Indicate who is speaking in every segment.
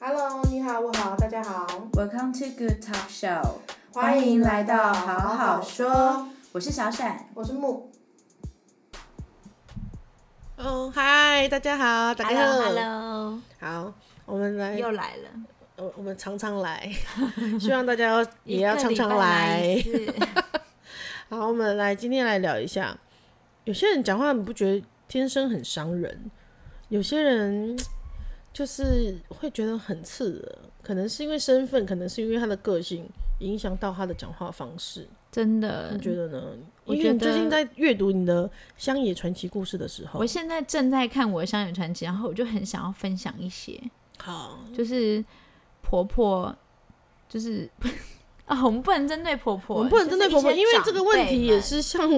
Speaker 1: Hello，你好，我好，大家好，
Speaker 2: Welcome to Good Talk Show，
Speaker 1: 欢迎来到
Speaker 2: 好
Speaker 1: 好
Speaker 2: 好
Speaker 1: 说
Speaker 2: 说。我是小闪，
Speaker 1: 我是木。
Speaker 3: 哦，嗨，大家好，大
Speaker 4: h
Speaker 3: 家
Speaker 4: e
Speaker 3: 好
Speaker 4: l l o h e l l
Speaker 3: 好，我们
Speaker 4: o
Speaker 3: 来，
Speaker 4: 又来了，
Speaker 3: 我我们常常来， 希望大 家也要
Speaker 4: 一个
Speaker 3: 常
Speaker 4: 礼
Speaker 3: 常
Speaker 4: 拜来一
Speaker 3: 来。
Speaker 4: 次。
Speaker 3: 好，我们来今天来聊一下，有些人讲话你不觉得天生很伤人，有些人就是会觉得很刺耳，可能是因为身份，可能是因为他的个性影响到他的讲话方式，
Speaker 4: 真的
Speaker 3: 你，觉得呢？
Speaker 4: 嗯我
Speaker 3: 因为你
Speaker 4: 觉
Speaker 3: 最近
Speaker 4: 得
Speaker 3: 在阅读你的《乡野传奇故事》的时候
Speaker 4: 我，现在正在看我的《乡野传奇》，然后我就很想要分享一些，
Speaker 3: 好，
Speaker 4: 就是婆婆，就是 啊，我们不能针对婆婆，
Speaker 3: 我们不能针对婆婆，
Speaker 4: 就是
Speaker 3: 因
Speaker 4: 一
Speaker 3: 为
Speaker 4: 些
Speaker 3: 这个
Speaker 4: 长
Speaker 3: 问
Speaker 4: 辈
Speaker 3: 题也
Speaker 4: 们
Speaker 3: 是像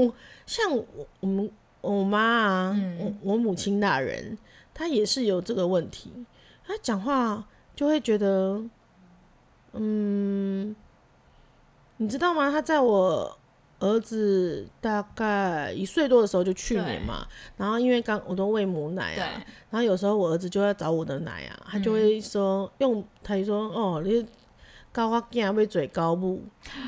Speaker 3: 像我我们我妈啊，
Speaker 4: 嗯
Speaker 3: 我我母亲大人，她也是有这个问题，她讲话就会觉得，嗯，你知道吗？她在我儿子大概一岁多的时候，就去年
Speaker 4: 对
Speaker 3: 嘛，然后因为刚我都喂母奶啊，
Speaker 4: 对，
Speaker 3: 然后有时候我儿子就要找我的奶啊，他就会说、用台语说哦，你高我囝要嘴高母。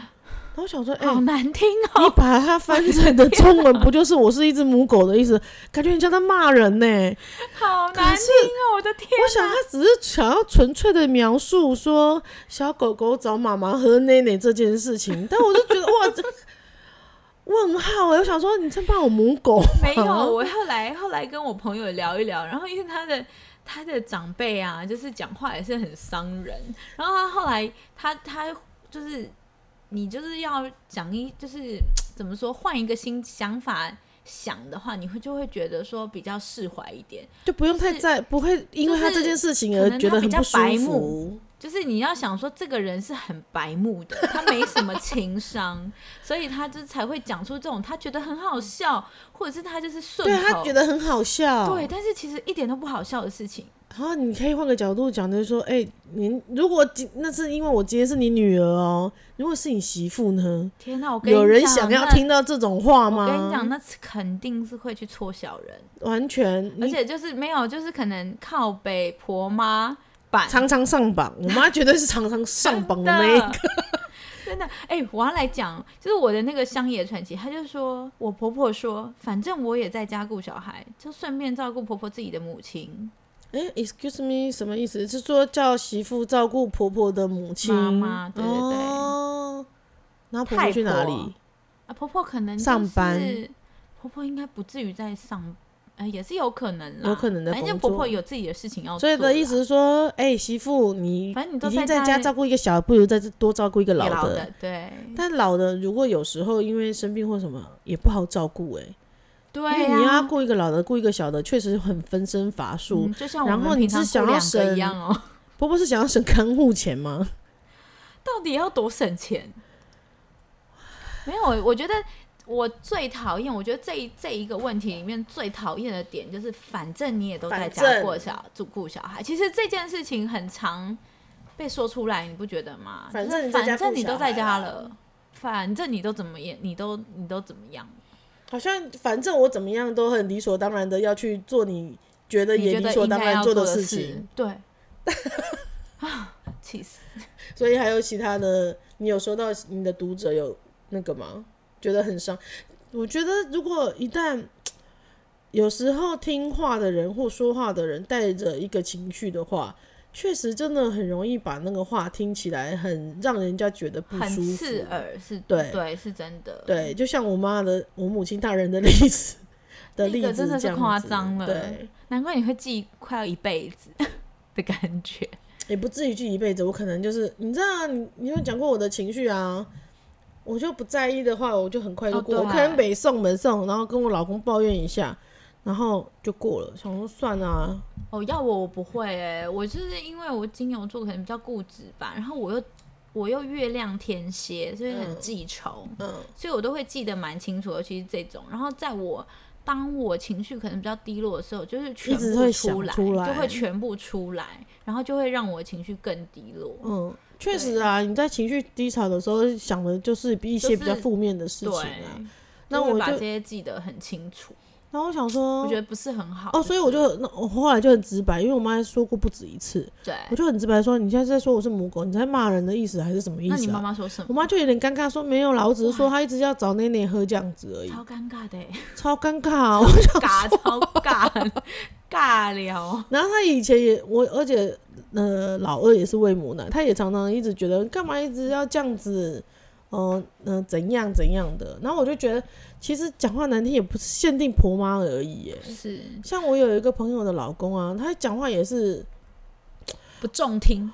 Speaker 3: 然后我想说，哎、
Speaker 4: 好难听
Speaker 3: 你
Speaker 4: 哦，
Speaker 3: 把它翻成的中文不就是我是一只母狗的意思？感觉人家在骂人呢、
Speaker 4: 好
Speaker 3: 可
Speaker 4: 难
Speaker 3: 是
Speaker 4: 听哦，我的天，
Speaker 3: 我想他只是想要纯粹的描述说小狗狗找妈妈喝奶奶这件事情，但我就觉得哇，这问号、欸！我想说，你在骂我母狗吗？
Speaker 4: 没有，我后来后来跟我朋友聊一聊，然后因为他的他的长辈啊，就是讲话也是很伤人，然后他后来他他就是你就是要讲一就是怎么说换一个新想法想的话，你会就会觉得说比较释怀一点，
Speaker 3: 就不用太
Speaker 4: 就是
Speaker 3: 在，不会因为他
Speaker 4: 就是
Speaker 3: 这件事情
Speaker 4: 可
Speaker 3: 而
Speaker 4: 能
Speaker 3: 觉
Speaker 4: 他
Speaker 3: 得
Speaker 4: 比
Speaker 3: 很
Speaker 4: 较
Speaker 3: 不舒
Speaker 4: 白
Speaker 3: 服
Speaker 4: 目。就是你要想说这个人是很白 目的，他没什么情商，所以他就才会讲出这种他觉得很好笑，或者是他就是顺
Speaker 3: 对
Speaker 4: 口，
Speaker 3: 他觉得很好笑。
Speaker 4: 对，，但是其实一点都不好笑的事情。
Speaker 3: 然后你可以换个角度讲，就是说，哎、你如果今那是因为我今天是你女儿哦，如果是你媳妇呢？
Speaker 4: 天哪，我跟你
Speaker 3: 有人
Speaker 4: 讲
Speaker 3: 想要
Speaker 4: 那
Speaker 3: 听到这种话吗？
Speaker 4: 我跟你讲，那次肯定是会去戳小人，
Speaker 3: 完全，
Speaker 4: 而
Speaker 3: 你
Speaker 4: 且就是没有，就是可能靠北婆妈版
Speaker 3: 常常上榜，我妈绝对是常常上榜的
Speaker 4: 真
Speaker 3: 那一个。
Speaker 4: 真的，哎、我要来讲，就是我的那个乡野传奇，她就说我婆婆说，反正我也在家顾小孩，就顺便照顾婆婆自己的母亲
Speaker 3: 哎、e x c u s e me，什么意思？是说叫媳妇照顾婆婆的母亲？
Speaker 4: 妈妈对对对
Speaker 3: 哦，然后婆婆去哪
Speaker 4: 太婆
Speaker 3: 里？
Speaker 4: 啊。婆婆可能、就是、
Speaker 3: 上班，
Speaker 4: 婆婆应该不至于在上，呃，也是有可能啦，
Speaker 3: 有可能在
Speaker 4: 反正就
Speaker 3: 工
Speaker 4: 婆
Speaker 3: 作
Speaker 4: 婆有自己的事情要做啦，
Speaker 3: 所以的意思是说，哎、媳妇，你
Speaker 4: 反正你
Speaker 3: 已
Speaker 4: 都
Speaker 3: 经在
Speaker 4: 在
Speaker 3: 家
Speaker 4: 家
Speaker 3: 照顾一个小，不如再多照顾一个
Speaker 4: 也
Speaker 3: 老
Speaker 4: 老
Speaker 3: 的。
Speaker 4: 的，对
Speaker 3: 但老的如果有时候因为生病或什么也不好照顾哎、
Speaker 4: 对、啊，
Speaker 3: 因为你要顾一个老的，顾一个小的，确实很分身乏术。
Speaker 4: 嗯就像我
Speaker 3: 然后
Speaker 4: 们
Speaker 3: 你是
Speaker 4: 平常
Speaker 3: 想要
Speaker 4: 雇两个
Speaker 3: 省
Speaker 4: 一样哦。
Speaker 3: 婆婆是想要省看护钱吗？
Speaker 4: 到底要多省钱？没有，我觉得我最讨厌，我觉得这一这一个问题里面最讨厌的点就是，反正你也都在
Speaker 3: 反
Speaker 4: 家
Speaker 3: 正
Speaker 4: 过小住顾小孩，其实这件事情很常被说出来，你不觉得吗？
Speaker 3: 反
Speaker 4: 就是
Speaker 3: 正你在家
Speaker 4: 反正你
Speaker 3: 顾小
Speaker 4: 都在家
Speaker 3: 孩啊啦
Speaker 4: 了，反正你都怎么样，你都你都怎么样，
Speaker 3: 好像反正我怎么样都很理所当然的要去做你觉得
Speaker 4: 你
Speaker 3: 也
Speaker 4: 觉
Speaker 3: 理
Speaker 4: 得
Speaker 3: 所
Speaker 4: 应
Speaker 3: 当
Speaker 4: 该
Speaker 3: 然
Speaker 4: 要做
Speaker 3: 的
Speaker 4: 的
Speaker 3: 事
Speaker 4: 事
Speaker 3: 情。，
Speaker 4: 对啊，气死！
Speaker 3: 所以还有其他的，你有收到你的读者有那个吗？觉得很伤？我觉得如果一旦有时候听话的人或说话的人带着一个情绪的话，确实真的很容易把那个话听起来很让人家觉得不
Speaker 4: 很
Speaker 3: 舒服。
Speaker 4: 刺耳，是
Speaker 3: 对
Speaker 4: 对，是真的，
Speaker 3: 对，就像我妈的我母亲大人的例子的
Speaker 4: 那个
Speaker 3: 例子，
Speaker 4: 真的是
Speaker 3: 这样
Speaker 4: 夸
Speaker 3: 子
Speaker 4: 张了
Speaker 3: 对，
Speaker 4: 难怪你会记快要一辈子的感觉。
Speaker 3: 也不至于记一辈子。我可能就是你知道啊，你你有讲过我的情绪啊，我就不在意的话，我就很快就
Speaker 4: 哦
Speaker 3: 过。
Speaker 4: 对
Speaker 3: 我可能北送门送，然后跟我老公抱怨一下，然后就过了。想说算啊，
Speaker 4: 哦，要我我不会哎、我就是因为我金牛座可能比较固执吧，然后我又我又月亮天蝎，所以很
Speaker 3: 嗯
Speaker 4: 记仇，
Speaker 3: 嗯，
Speaker 4: 所以我都会记得蛮清楚的，尤其是这种。然后在我当我情绪可能比较低落的时候，就是全
Speaker 3: 直
Speaker 4: 部
Speaker 3: 会想
Speaker 4: 出来，
Speaker 3: 出来
Speaker 4: 就会全部出来，然后就会让我情绪更低落。
Speaker 3: 嗯，确实啊，你在情绪低潮的时候想的就是比一
Speaker 4: 就
Speaker 3: 些比较
Speaker 4: 是
Speaker 3: 负面的事情
Speaker 4: 对
Speaker 3: 啊。，
Speaker 4: 就
Speaker 3: 那
Speaker 4: 会
Speaker 3: 我
Speaker 4: 把
Speaker 3: 就
Speaker 4: 这些记得很清楚。
Speaker 3: 然后我想说，
Speaker 4: 我觉得不是很好。
Speaker 3: 哦，所以我就那我后来就很直白，因为我妈说过不止一次，
Speaker 4: 对，
Speaker 3: 我就很直白说，你现在是在说我是母狗，你在骂人的意思还是什么意
Speaker 4: 那你
Speaker 3: 思
Speaker 4: 妈
Speaker 3: 啊？
Speaker 4: 妈说什
Speaker 3: 我
Speaker 4: 么？
Speaker 3: 妈就有点尴尬说没有啦，我只是说她一直要找内内喝这样子而已，
Speaker 4: 超尴尬的欸，
Speaker 3: 超尴尬、啊。我想
Speaker 4: 尬超尬，尬聊。
Speaker 3: 然后他以前也我，而且呃，老二也是喂母奶，他也常常一直觉得干嘛一直要这样子，哦、呃，怎样怎样的。然后我就觉得，其实讲话难听也不是限定婆妈而已耶。
Speaker 4: 是
Speaker 3: 像我有一个朋友的老公啊，他讲话也是，
Speaker 4: 不中听，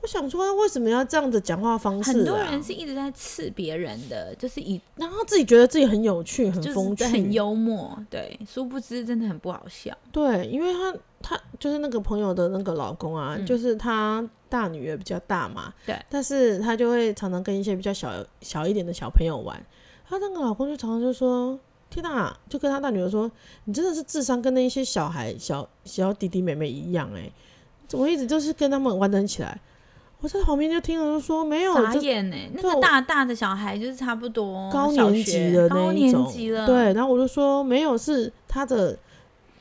Speaker 3: 我想说他为什么要这样子讲话方式、啊？
Speaker 4: 很多人是一直在刺别人的，就是以
Speaker 3: 然后他自己觉得自己很有趣、很风
Speaker 4: 就是
Speaker 3: 趣、啊
Speaker 4: 很幽默，对，殊不知真的很不好笑。
Speaker 3: 对，因为他他就是那个朋友的那个老公啊，
Speaker 4: 嗯
Speaker 3: 就是他大女儿比较大嘛，
Speaker 4: 对，
Speaker 3: 但是他就会常常跟一些比较小小一点的小朋友玩，他那个老公就常常就说。天呐、就跟他大女儿说：“你真的是智商跟那一些小孩、小小弟弟妹妹一样哎、怎么一直就是跟他们玩得很起来？”我在旁边就听了就说：“没有，
Speaker 4: 傻
Speaker 3: 这
Speaker 4: 眼呢、欸那
Speaker 3: 对我
Speaker 4: 个大大的小孩就是差不多
Speaker 3: 高
Speaker 4: 哦小
Speaker 3: 年级
Speaker 4: 学
Speaker 3: 的
Speaker 4: 高
Speaker 3: 那一
Speaker 4: 年
Speaker 3: 种，
Speaker 4: 级了，
Speaker 3: 对，然后我就说没有，是他的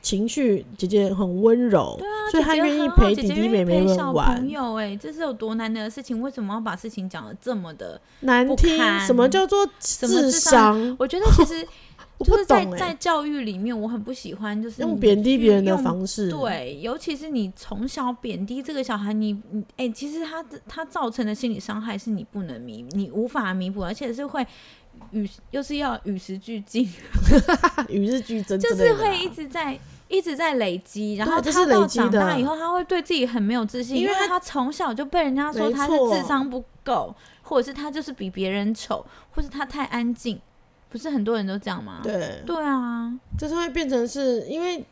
Speaker 3: 情绪姐姐很温柔，
Speaker 4: 对啊，
Speaker 3: 所以他
Speaker 4: 姐姐
Speaker 3: 愿意
Speaker 4: 很好
Speaker 3: 陪
Speaker 4: 姐
Speaker 3: 弟
Speaker 4: 姐
Speaker 3: 弟
Speaker 4: 愿意
Speaker 3: 妹妹
Speaker 4: 陪
Speaker 3: 们
Speaker 4: 小
Speaker 3: 玩
Speaker 4: 朋。友哎、这是有多难得的事情，为什么要把事情讲的这么的？
Speaker 3: 难
Speaker 4: 不
Speaker 3: 听，什么
Speaker 4: 堪
Speaker 3: 叫做
Speaker 4: 么
Speaker 3: 智
Speaker 4: 智商
Speaker 3: 商？
Speaker 4: 我觉得其实
Speaker 3: 我
Speaker 4: 就
Speaker 3: 不
Speaker 4: 是在
Speaker 3: 懂
Speaker 4: 在
Speaker 3: 哎，
Speaker 4: 教育里面，我很不喜欢就是
Speaker 3: 用
Speaker 4: 你
Speaker 3: 贬低
Speaker 4: 去
Speaker 3: 别人的
Speaker 4: 用
Speaker 3: 方式，，
Speaker 4: 对，尤其是你从小贬低这个小孩，你你哎、其实他的他造成的心理伤害是你不能弥，你无法弥补，而且是会与又是要与时俱 进，
Speaker 3: 与日俱增之
Speaker 4: 就
Speaker 3: 类
Speaker 4: 是
Speaker 3: 的
Speaker 4: 会
Speaker 3: 啦
Speaker 4: 一直在一直在累积，然
Speaker 3: 对啊
Speaker 4: 后
Speaker 3: 这
Speaker 4: 他
Speaker 3: 是累
Speaker 4: 到
Speaker 3: 积
Speaker 4: 长
Speaker 3: 的
Speaker 4: 大以后，他会对自己很没有自信，
Speaker 3: 因
Speaker 4: 因
Speaker 3: 为
Speaker 4: 为
Speaker 3: 他
Speaker 4: 他从小就被人家说
Speaker 3: 没
Speaker 4: 他是
Speaker 3: 错
Speaker 4: 智商不够，或者是他就是比别人丑，或是他太安静，不是很多人都这样吗？
Speaker 3: 对，
Speaker 4: 对啊，
Speaker 3: 就是会变成是因为。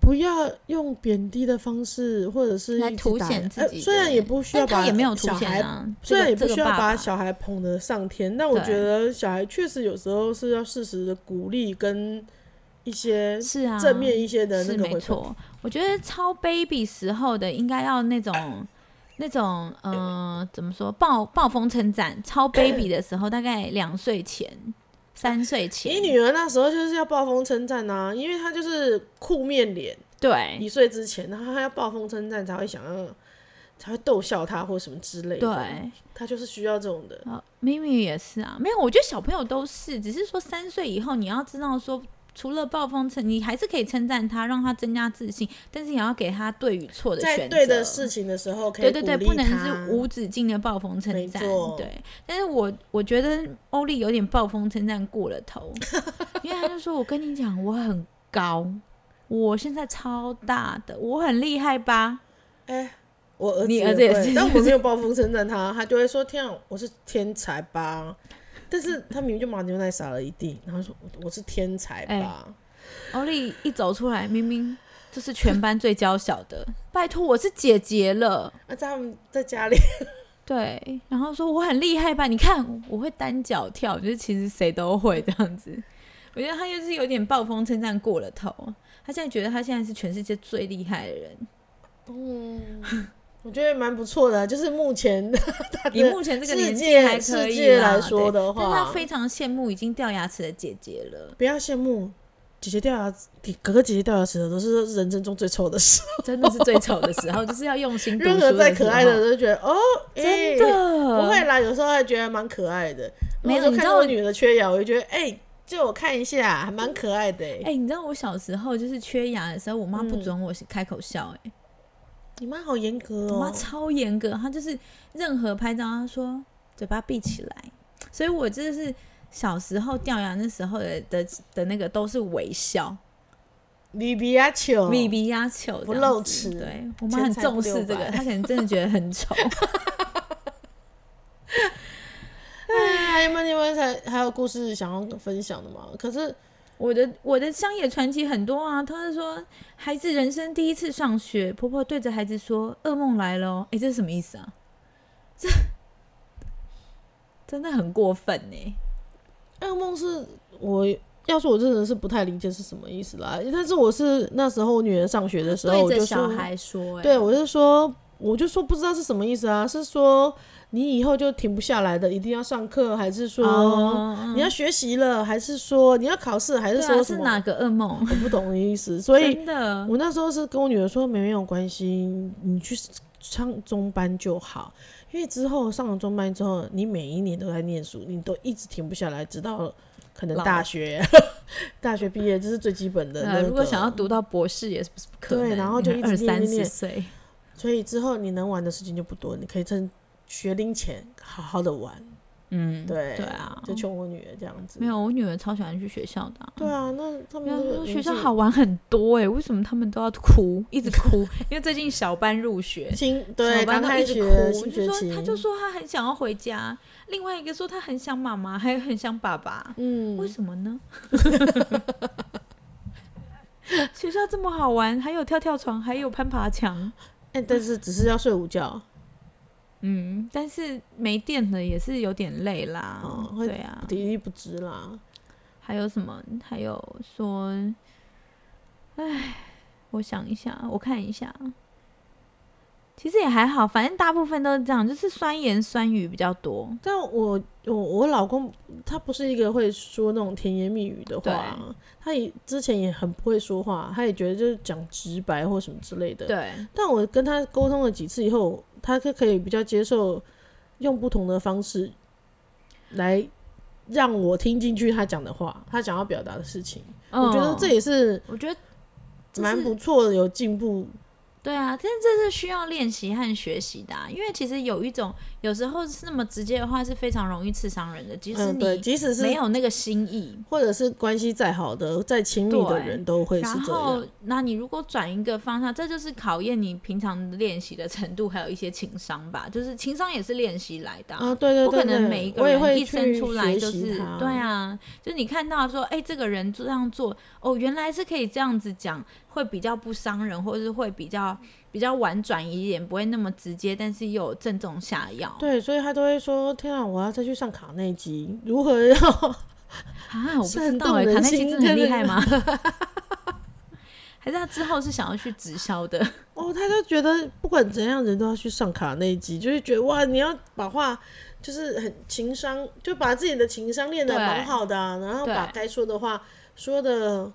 Speaker 3: 不要用贬低的方式，或者是
Speaker 4: 来
Speaker 3: 一直
Speaker 4: 凸
Speaker 3: 打
Speaker 4: 显
Speaker 3: 压
Speaker 4: 自
Speaker 3: 呃
Speaker 4: 己
Speaker 3: 虽然
Speaker 4: 的
Speaker 3: 也不需
Speaker 4: 但
Speaker 3: 要把
Speaker 4: 他也没有凸
Speaker 3: 小孩
Speaker 4: 显啊，
Speaker 3: 虽然
Speaker 4: 这
Speaker 3: 也
Speaker 4: 个
Speaker 3: 不
Speaker 4: 这
Speaker 3: 需
Speaker 4: 个
Speaker 3: 要
Speaker 4: 爸
Speaker 3: 把
Speaker 4: 爸
Speaker 3: 小孩捧得上天，但我
Speaker 4: 对
Speaker 3: 觉得小孩确实有时候是要适时的鼓励跟一些
Speaker 4: 是啊
Speaker 3: 正面一些的那
Speaker 4: 是
Speaker 3: 个
Speaker 4: 没
Speaker 3: 回馈。
Speaker 4: 错，我觉得超 baby 时候的应该要那种那种呃，怎么说暴暴风称赞，超 baby 的时候大概两岁前、三岁
Speaker 3: 你
Speaker 4: 前，
Speaker 3: 女儿那时候就是要暴风称赞啊，因为她就是酷面脸，
Speaker 4: 对
Speaker 3: 一岁之前，然后她要暴风称赞才会想要，才会逗笑她或什么之类的。
Speaker 4: 对，，
Speaker 3: 她就是需要这种的。
Speaker 4: 呃，咪咪也是啊，没有，我觉得小朋友都是，只是说三岁以后你要知道说。除了暴风称，你还是可以称赞他，让他增加自信，但是也要给他对与错的选
Speaker 3: 在
Speaker 4: 择。
Speaker 3: 对的事情的时候，可以
Speaker 4: 对对对，
Speaker 3: 鼓
Speaker 4: 不
Speaker 3: 励
Speaker 4: 能
Speaker 3: 她啊
Speaker 4: 是无止境的暴风
Speaker 3: 没
Speaker 4: 称赞
Speaker 3: 错。
Speaker 4: 对，但是我我觉得欧丽有点暴风称赞过了 头，因为他就说：“我跟你讲，我很高，我现在超大的，我很厉害吧？
Speaker 3: 哎我儿子
Speaker 4: 你
Speaker 3: 也
Speaker 4: 儿子也
Speaker 3: 会
Speaker 4: 是
Speaker 3: 但
Speaker 4: 是
Speaker 3: 我
Speaker 4: 不是
Speaker 3: 没有暴风称赞他，他就会说：“天啊，我是天才吧！” 但是他明明就把牛奶洒了一地，然后说：“我我是天才
Speaker 4: 哎
Speaker 3: 吧啊
Speaker 4: 欧丽一走出来，明明就是全班最娇小的，拜托，我是姐姐了。”
Speaker 3: 啊，在他们在家里，
Speaker 4: 对，然后说我很厉害吧？你看我会单脚跳，就是其实谁都会这样子。我觉得他就是有点暴风称赞过了头，他现在觉得他现在是全世界最厉害的人。
Speaker 3: 嗯， 我觉得蛮不错的啊，就是目前 他
Speaker 4: 以
Speaker 3: 的
Speaker 4: 目前这个
Speaker 3: 世
Speaker 4: 年纪还
Speaker 3: 界
Speaker 4: 可
Speaker 3: 世
Speaker 4: 以
Speaker 3: 界
Speaker 4: 啦
Speaker 3: 来说
Speaker 4: 对
Speaker 3: 的
Speaker 4: 但是
Speaker 3: 话
Speaker 4: 他，非常羡慕已经掉牙齿的姐姐了，
Speaker 3: 不要羡慕姐姐掉牙齿，哥哥姐姐掉牙齿的都是人生中最臭的 事，
Speaker 4: 真的是最丑的时候，就是要用心读
Speaker 3: 任何
Speaker 4: 书
Speaker 3: 再
Speaker 4: 的时
Speaker 3: 可爱的
Speaker 4: 候，
Speaker 3: 都觉得哦，
Speaker 4: 真
Speaker 3: 哎
Speaker 4: 的
Speaker 3: 不会啦，有时候还觉得蛮可爱的。
Speaker 4: 没
Speaker 3: 然
Speaker 4: 有
Speaker 3: 后就
Speaker 4: 你
Speaker 3: 看
Speaker 4: 知
Speaker 3: 到
Speaker 4: 道
Speaker 3: 我女儿缺牙，我就觉得哎、借我看一下，还蛮可爱的、哎、
Speaker 4: 哎、你知道我小时候就是缺牙的时候，我妈
Speaker 3: 嗯
Speaker 4: 不准我开口笑、哎、
Speaker 3: 你妈好严格
Speaker 4: 我妈
Speaker 3: 哦、
Speaker 4: 超严格，她就是任何拍照，她说嘴巴闭起来。所以我就是小时候掉牙那时候的的的那个都是微笑，
Speaker 3: 你比较糗，
Speaker 4: 米比压球
Speaker 3: 嗯
Speaker 4: 这样子
Speaker 3: 不露齿
Speaker 4: 对我妈
Speaker 3: 钱
Speaker 4: 很
Speaker 3: 财不
Speaker 4: 重视
Speaker 3: 留
Speaker 4: 这个
Speaker 3: 白，
Speaker 4: 她可能真的觉得很丑。
Speaker 3: 哎，还有没有你们才还有故事想要分享的吗？可是
Speaker 4: 我的我的乡野传奇很多啊，他是说孩子人生第一次上学，婆婆对着孩子说：“噩梦来了哦。”哎，这是什么意思啊？ 这真的很过分呢、
Speaker 3: 哎噩梦是我。要说我真的是不太理解是什么意思啦，但是我是那时候我女儿上学的时候，我
Speaker 4: 对
Speaker 3: 就
Speaker 4: 着
Speaker 3: 说
Speaker 4: 小，孩说、哎，
Speaker 3: 对我就说我就说不知道是什么意思啊，是说你以后就停不下来的，一定要上课，还是说、
Speaker 4: 哦
Speaker 3: 你要学习了，还是说你要考试，还是
Speaker 4: 对啊，
Speaker 3: 说
Speaker 4: 是
Speaker 3: 什么？
Speaker 4: 哪 个噩梦？
Speaker 3: 我不懂的意思，所以
Speaker 4: 真的，
Speaker 3: 我那时候是跟我女儿说，没有关系，你去上中班就好，因为之后上了中班之后，你每一年都在念书，你都一直停不下来，直到可能
Speaker 4: 老
Speaker 3: 大 学，大学毕业这是最基本的、那
Speaker 4: 呃，如果
Speaker 3: 个
Speaker 4: 想要，读到博士也是不是不可能？
Speaker 3: 对然后就一直
Speaker 4: 二
Speaker 3: 念
Speaker 4: 三
Speaker 3: 念
Speaker 4: 十
Speaker 3: 念
Speaker 4: 岁，
Speaker 3: 所以之后你能玩的事情就不多，你可以趁学龄前好好的玩，
Speaker 4: 嗯，
Speaker 3: 对
Speaker 4: 对啊，
Speaker 3: 就劝我女儿这样子。
Speaker 4: 没，有，我女儿超喜欢去学校的、啊。
Speaker 3: 对啊，那他们
Speaker 4: 没有，
Speaker 3: 那
Speaker 4: 她
Speaker 3: 个
Speaker 4: 说
Speaker 3: 年
Speaker 4: 学校
Speaker 3: 纪
Speaker 4: 好玩很多哎、为什么他们都要哭，一直哭？ 因为最近小班入学，
Speaker 3: 新
Speaker 4: 小
Speaker 3: 对
Speaker 4: 班
Speaker 3: 刚
Speaker 4: 都
Speaker 3: 开
Speaker 4: 一直
Speaker 3: 学
Speaker 4: 哭，
Speaker 3: 新
Speaker 4: 就
Speaker 3: 学
Speaker 4: 说
Speaker 3: 期，
Speaker 4: 他就说他很想要回家，另外一个说他很想妈妈，还有很想爸爸，
Speaker 3: 嗯
Speaker 4: 为，什么 呢？学校这么好玩，还有跳跳床，还有攀爬墙，
Speaker 3: 哎、但是只是要睡午觉。
Speaker 4: 嗯，但是没电了也是有点累啦，
Speaker 3: 哦会
Speaker 4: 对啊，
Speaker 3: 体力不支啦。
Speaker 4: 还有什么？还有说，哎，我想一下，我看一下，其实也还好，反正大部分都是这样，就是酸言酸语比较多。
Speaker 3: 但我我我老公他不是一个会说那种甜言蜜语的话
Speaker 4: 对，
Speaker 3: 他也之前也很不会说话，他也觉得就是讲直白或什么之类的。
Speaker 4: 对，
Speaker 3: 但我跟他沟通了几次以后，他可可以比较接受用不同的方式来让我听进去他讲的话，他想要表达的事情。我觉得这
Speaker 4: 嗯，
Speaker 3: 也是
Speaker 4: 我觉得这
Speaker 3: 蛮
Speaker 4: 是
Speaker 3: 不错的，有进步。
Speaker 4: 对啊，但是这是需要练习和学习的、啊，因为其实有一种有时候是那么直接的话是非常容易刺伤人的，即使
Speaker 3: 嗯，对，
Speaker 4: 你
Speaker 3: 即使是
Speaker 4: 没有那个心意，
Speaker 3: 或者是关系再好的、再亲密的
Speaker 4: 对
Speaker 3: 人都会是
Speaker 4: 然
Speaker 3: 这
Speaker 4: 后
Speaker 3: 样。，
Speaker 4: 那你如果转一个方向，这就是考验你平常练习的程度，还有一些情商吧。就是情商也是练习来的啊、
Speaker 3: 啊，对对对，
Speaker 4: 不可能
Speaker 3: 对
Speaker 4: 每一个
Speaker 3: 我也
Speaker 4: 人
Speaker 3: 会
Speaker 4: 一生出来就
Speaker 3: 去学习
Speaker 4: 是
Speaker 3: 它
Speaker 4: 对，啊，就是你看到说，哎、这个人这样做，哦，原来是可以这样子讲，会比较不伤人，或者是会比较比较婉转一点，不会那么直接，但是又有正中下药。
Speaker 3: 对，所以他都会说：“天啊，我要再去上卡内基，如何要
Speaker 4: 啊，我不知
Speaker 3: 煽
Speaker 4: 道
Speaker 3: 动
Speaker 4: 哎、欸，
Speaker 3: 人
Speaker 4: 卡耐基
Speaker 3: 心
Speaker 4: 真的很
Speaker 3: 真的
Speaker 4: 厉害吗？ 还是他之后是想要去直销的？？”
Speaker 3: 哦，他就觉得不管怎样，人都要去上卡内基，就是觉得哇，你要把话就是很情商，就把自己的情商练得
Speaker 4: 对
Speaker 3: 蛮好的啊、然后
Speaker 4: 对
Speaker 3: 把该说的话说的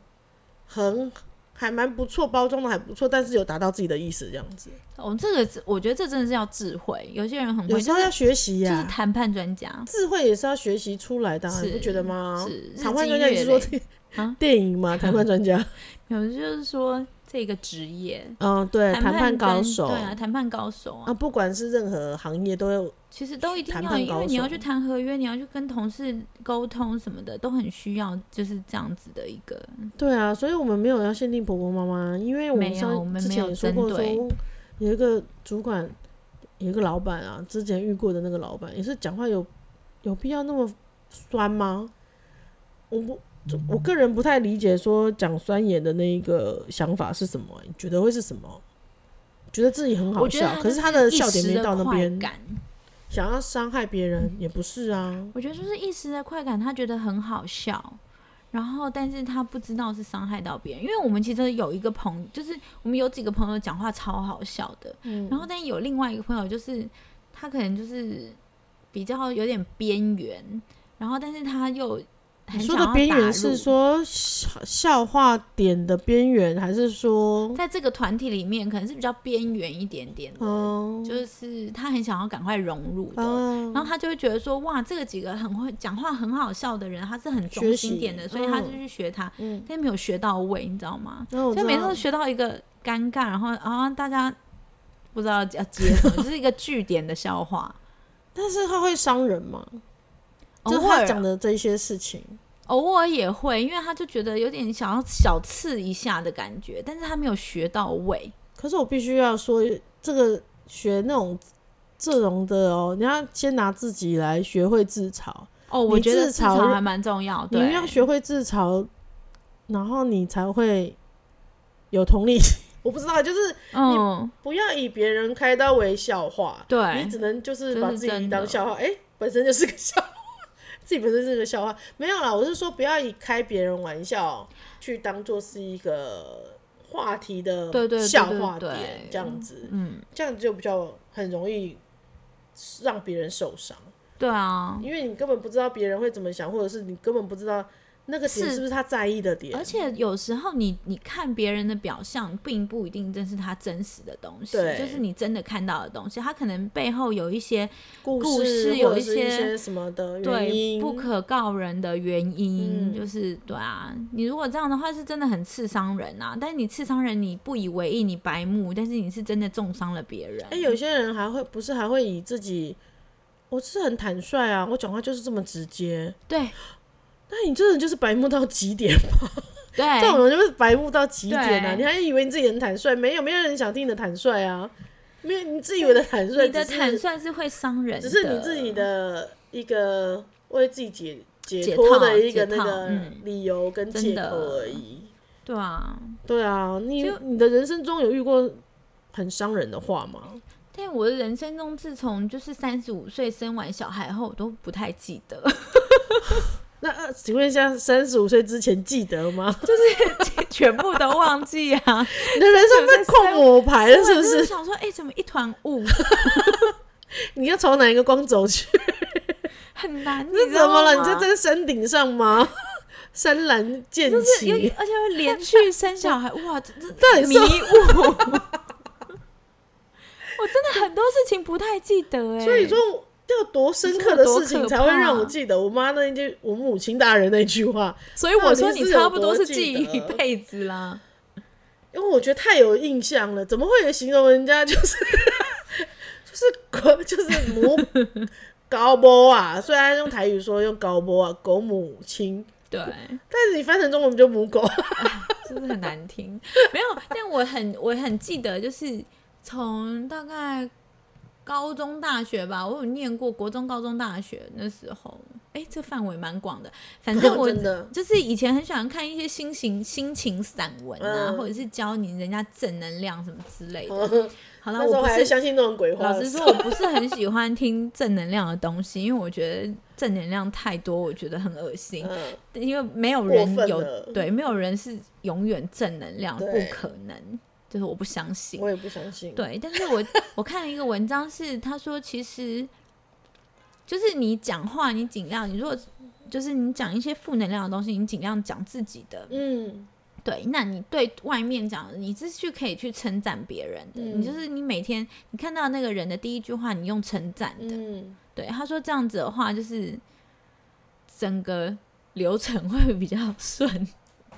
Speaker 3: 很还蛮不错，包装的还不错，但是有达到自己的意思这样子。
Speaker 4: 哦，这个是我觉得这真的是要智慧，有些人很
Speaker 3: 有
Speaker 4: 会，
Speaker 3: 时
Speaker 4: 就
Speaker 3: 候
Speaker 4: 是
Speaker 3: 要学习
Speaker 4: 就
Speaker 3: 呀、
Speaker 4: 是谈判专家，
Speaker 3: 智慧也是要学习出来的、啊，你不
Speaker 4: 是
Speaker 3: 觉得吗
Speaker 4: 是？
Speaker 3: 谈
Speaker 4: 日
Speaker 3: 判
Speaker 4: 积
Speaker 3: 专家也
Speaker 4: 月
Speaker 3: 是说
Speaker 4: 累啊
Speaker 3: 电影嘛，谈判专家，
Speaker 4: 有的就是说这个职业
Speaker 3: 嗯，对，谈判
Speaker 4: 判
Speaker 3: 高
Speaker 4: 专
Speaker 3: 手，
Speaker 4: 对啊，谈判高手啊，
Speaker 3: 啊，不管是任何行业都有，
Speaker 4: 其实都一定
Speaker 3: 谈
Speaker 4: 要，
Speaker 3: 判
Speaker 4: 因
Speaker 3: 高
Speaker 4: 为你要
Speaker 3: 手
Speaker 4: 去谈合约，你要去跟同事沟通什么的，都很需要就是这样子的一个，
Speaker 3: 对啊，所以我们没有要限定婆婆妈妈，因为我们
Speaker 4: 没有
Speaker 3: 上
Speaker 4: 我们
Speaker 3: 之
Speaker 4: 没
Speaker 3: 前
Speaker 4: 有
Speaker 3: 也说过
Speaker 4: 针
Speaker 3: 说
Speaker 4: 对
Speaker 3: 有一个主管，有一个老板啊，之前遇过的那个老板也是讲话有有必要那么酸吗？我不。就我个人不太理解，说讲酸言的那一个想法是什么、你觉得会是什么？觉得自己很好
Speaker 4: 我觉得
Speaker 3: 笑，可
Speaker 4: 就是
Speaker 3: 他的
Speaker 4: 一
Speaker 3: 笑点
Speaker 4: 时
Speaker 3: 没
Speaker 4: 的
Speaker 3: 到那
Speaker 4: 快
Speaker 3: 边，
Speaker 4: 感，
Speaker 3: 想要伤害别人也不是啊。
Speaker 4: 我觉得就是一时的快感，他觉得很好笑，然后但是他不知道是伤害到别人，因为我们其实有一个朋就是我们有几个朋友讲话超好笑的，
Speaker 3: 嗯
Speaker 4: 然后但有另外一个朋友就是他可能就是比较有点边缘，然后但是他又很
Speaker 3: 你说
Speaker 4: 想
Speaker 3: 的
Speaker 4: 要
Speaker 3: 边
Speaker 4: 打
Speaker 3: 缘是
Speaker 4: 入
Speaker 3: 说笑笑话点的边缘，还是说
Speaker 4: 在这个团体里面可能是比较边缘一点点的，
Speaker 3: 哦
Speaker 4: 就是他很想要赶快融入的。
Speaker 3: 哦
Speaker 4: 然后他就会觉得说，哇，这个几个很会讲话、很好笑的人，他是很中
Speaker 3: 学
Speaker 4: 心
Speaker 3: 习
Speaker 4: 点的，所以他就
Speaker 3: 嗯
Speaker 4: 去学他，
Speaker 3: 嗯，
Speaker 4: 但没有学到位，你知道吗？
Speaker 3: 然后我
Speaker 4: 就
Speaker 3: 知
Speaker 4: 每次都
Speaker 3: 道
Speaker 4: 学到一个尴尬，然后啊，大家不知道要接什么， 就是一个据点的笑话。
Speaker 3: 但是他会伤人嘛？就
Speaker 4: 偶
Speaker 3: 他
Speaker 4: 尔
Speaker 3: 讲的这些事情，
Speaker 4: 偶尔也会，因为他就觉得有点想要小刺一下的感觉，但是他没有学到位。
Speaker 3: 可是我必须要说，这个学那种这种的哦，你要先拿自己来学会自嘲，
Speaker 4: 哦，我
Speaker 3: 你
Speaker 4: 觉得
Speaker 3: 自
Speaker 4: 自
Speaker 3: 嘲
Speaker 4: 嘲还蛮重要，
Speaker 3: 你
Speaker 4: 对，
Speaker 3: 要学会自嘲，然后你才会有同理心。 我不知道，就是
Speaker 4: 嗯，
Speaker 3: 不要以别人开刀为笑话，
Speaker 4: 对
Speaker 3: 你只能就是
Speaker 4: 这
Speaker 3: 把
Speaker 4: 是
Speaker 3: 自己
Speaker 4: 真
Speaker 3: 当
Speaker 4: 的
Speaker 3: 笑话，哎、本身就是个笑话，自己本身是个笑话， 没有啦，我是说不要以开别人玩笑去当做是一个话题的
Speaker 4: 对对对
Speaker 3: 笑话
Speaker 4: 对对
Speaker 3: 点，这样子，
Speaker 4: 嗯，
Speaker 3: 这样就比较很容易让别人受伤，
Speaker 4: 对啊，
Speaker 3: 因为你根本不知道别人会怎么想，或者是你根本不知道那个点
Speaker 4: 是
Speaker 3: 是不是他在意的点
Speaker 4: 而。且有时候你你看别人的表象，并不一定真是他真实的东西，
Speaker 3: 对
Speaker 4: 就是你真的看到的东西，他可能背后有一些
Speaker 3: 故
Speaker 4: 故
Speaker 3: 事
Speaker 4: 事
Speaker 3: 或
Speaker 4: 有
Speaker 3: 者
Speaker 4: 一
Speaker 3: 是一
Speaker 4: 些
Speaker 3: 什么的原
Speaker 4: 对
Speaker 3: 因，
Speaker 4: 不可告人的原因，
Speaker 3: 嗯
Speaker 4: 就是对啊，你如果这样的话，是真的很刺伤人啊。但是你刺伤人，你不以为意，你白目，但是你是真的重伤了别人。
Speaker 3: 哎、有些人还会不是还会以自己，我是很坦率啊，我讲话就是这么直接。
Speaker 4: 对
Speaker 3: 那你这人就是白目到极点，
Speaker 4: 对，
Speaker 3: 这种人就是白目到极点啊！
Speaker 4: 对
Speaker 3: 你还以为你自己很坦率，没有，没有人想听你的坦率啊，没有，你自以为的坦率，
Speaker 4: 你的
Speaker 3: 只是
Speaker 4: 坦率是会伤人
Speaker 3: 只
Speaker 4: 的，
Speaker 3: 是你自己的一个为自己解解
Speaker 4: 解
Speaker 3: 脱
Speaker 4: 套
Speaker 3: 的一个
Speaker 4: 解
Speaker 3: 那
Speaker 4: 套
Speaker 3: 个
Speaker 4: 嗯
Speaker 3: 理由跟
Speaker 4: 真
Speaker 3: 借口
Speaker 4: 的
Speaker 3: 而已。
Speaker 4: 对啊。
Speaker 3: 对啊，你
Speaker 4: 就
Speaker 3: 你的人生中有遇过很伤人的话吗？
Speaker 4: 但我的人生中，自从就是三十五岁生完小孩后，我都不太记得。
Speaker 3: 那、呃、请问一下，三十五岁之前记得吗？
Speaker 4: 全部都忘记啊！
Speaker 3: 你的人生被空我牌了，是不
Speaker 4: 我就是
Speaker 3: 是？
Speaker 4: 想说，哎、怎么一团雾，
Speaker 3: 你要朝哪一个光走去？
Speaker 4: 很 难。你
Speaker 3: 这
Speaker 4: 知
Speaker 3: 怎
Speaker 4: 道
Speaker 3: 么了？你
Speaker 4: 吗
Speaker 3: 在这个山顶上吗？ 山岚剑
Speaker 4: 就是
Speaker 3: 气，
Speaker 4: 有，而且会连续生小孩， 哇，这这
Speaker 3: 到底
Speaker 4: 迷
Speaker 3: 是
Speaker 4: 雾。我真的很多事情不太记得哎、
Speaker 3: 所以说要多深刻的事情才会让我记得我妈那一句，我母亲大人那句话，
Speaker 4: 所以我说
Speaker 3: 到底
Speaker 4: 你
Speaker 3: 是
Speaker 4: 差不多是
Speaker 3: 有
Speaker 4: 记
Speaker 3: 多记
Speaker 4: 一
Speaker 3: 得
Speaker 4: 辈子啦。
Speaker 3: 因为我觉得太有印象了，怎么会有形容人家就是 就是就是母高波啊？ 虽然用台语说用高波啊，狗母亲，
Speaker 4: 对，
Speaker 3: 但是你翻成中文就母狗。
Speaker 4: 就是很难听。没有，但我很我很记得，就是从大概高中、大学吧，我有念过国中、高中、大学那时候，哎、这范围蛮广的。反正 我
Speaker 3: 真 的
Speaker 4: 就是以前很喜欢看一些心情心情散文啊，
Speaker 3: 嗯
Speaker 4: 或者是教你人家正能量什么之类的。
Speaker 3: 那
Speaker 4: 好了，
Speaker 3: 时
Speaker 4: 我
Speaker 3: 候
Speaker 4: 不
Speaker 3: 还
Speaker 4: 是
Speaker 3: 相信那种鬼话
Speaker 4: 老
Speaker 3: 的
Speaker 4: 实
Speaker 3: 时
Speaker 4: 说，
Speaker 3: 候。
Speaker 4: 我不是很喜欢听正能量的东西，因为我觉得正能量太多，我觉得很恶心。
Speaker 3: 嗯，
Speaker 4: 因为没有
Speaker 3: 过
Speaker 4: 人
Speaker 3: 分
Speaker 4: 有
Speaker 3: 了
Speaker 4: 对，没有人是永远正能量，不
Speaker 3: 对
Speaker 4: 可能，就是我不相信
Speaker 3: 我。也不相信。
Speaker 4: 对，但是 我我看了一个文章是，他说其实就是你讲话，你尽量，你如果就是你讲一些负能量的东西，你尽量讲自己的，
Speaker 3: 嗯，
Speaker 4: 对，那你对外面讲，你是去可以去称赞别人的，
Speaker 3: 嗯
Speaker 4: 你就是你每天你看到那个人的第一句话，你用称赞的，
Speaker 3: 嗯，
Speaker 4: 对，他说这样子的话，就是整个流程会比较顺。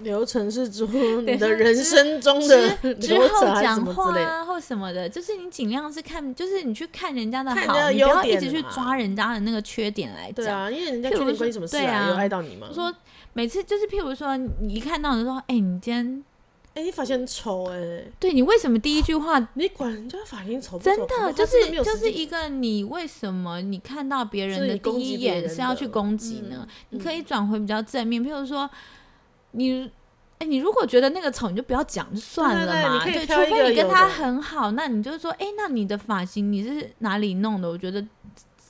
Speaker 3: 流程是指你
Speaker 4: 对
Speaker 3: 的
Speaker 4: 是
Speaker 3: 人
Speaker 4: 之
Speaker 3: 生中的
Speaker 4: 之之
Speaker 3: 流
Speaker 4: 后
Speaker 3: 程还是什
Speaker 4: 讲
Speaker 3: 么之
Speaker 4: 话
Speaker 3: 类的。
Speaker 4: 啊或什么的，就是你尽量是看，就是你去看人家的
Speaker 3: 看人
Speaker 4: 好，
Speaker 3: 家的
Speaker 4: 你不
Speaker 3: 优
Speaker 4: 要一
Speaker 3: 点
Speaker 4: 直去
Speaker 3: 嘛
Speaker 4: 抓人家的那个缺点来
Speaker 3: 对
Speaker 4: 讲。
Speaker 3: 啊，因为人家
Speaker 4: 譬如
Speaker 3: 跟你
Speaker 4: 说
Speaker 3: 关你什么事
Speaker 4: 对啊
Speaker 3: 有爱到你吗？
Speaker 4: 我说每次就是，譬如说，你一看到你就说，哎、你今天
Speaker 3: 哎、你发型很丑哎、
Speaker 4: 对你为什么第一句话
Speaker 3: 你管人家发型丑不丑？
Speaker 4: 真
Speaker 3: 可
Speaker 4: 的
Speaker 3: 能
Speaker 4: 就
Speaker 3: 他
Speaker 4: 是
Speaker 3: 真的没有
Speaker 4: 就
Speaker 3: 时
Speaker 4: 是
Speaker 3: 间
Speaker 4: 一个你为什么你看到别人
Speaker 3: 是
Speaker 4: 的
Speaker 3: 你
Speaker 4: 第
Speaker 3: 攻击
Speaker 4: 一
Speaker 3: 别
Speaker 4: 眼
Speaker 3: 人
Speaker 4: 是要
Speaker 3: 的
Speaker 4: 去攻击呢？
Speaker 3: 嗯
Speaker 4: 你可以转回比较正面，譬如说你。哎、你如果觉得那个丑，你就不要讲就算
Speaker 3: 对
Speaker 4: 了
Speaker 3: 对
Speaker 4: 嘛。
Speaker 3: 你可以
Speaker 4: 除
Speaker 3: 挑一个
Speaker 4: 非你跟
Speaker 3: 有
Speaker 4: 他
Speaker 3: 的
Speaker 4: 很好，那你就说，哎、那你的发型你是哪里弄的？我觉得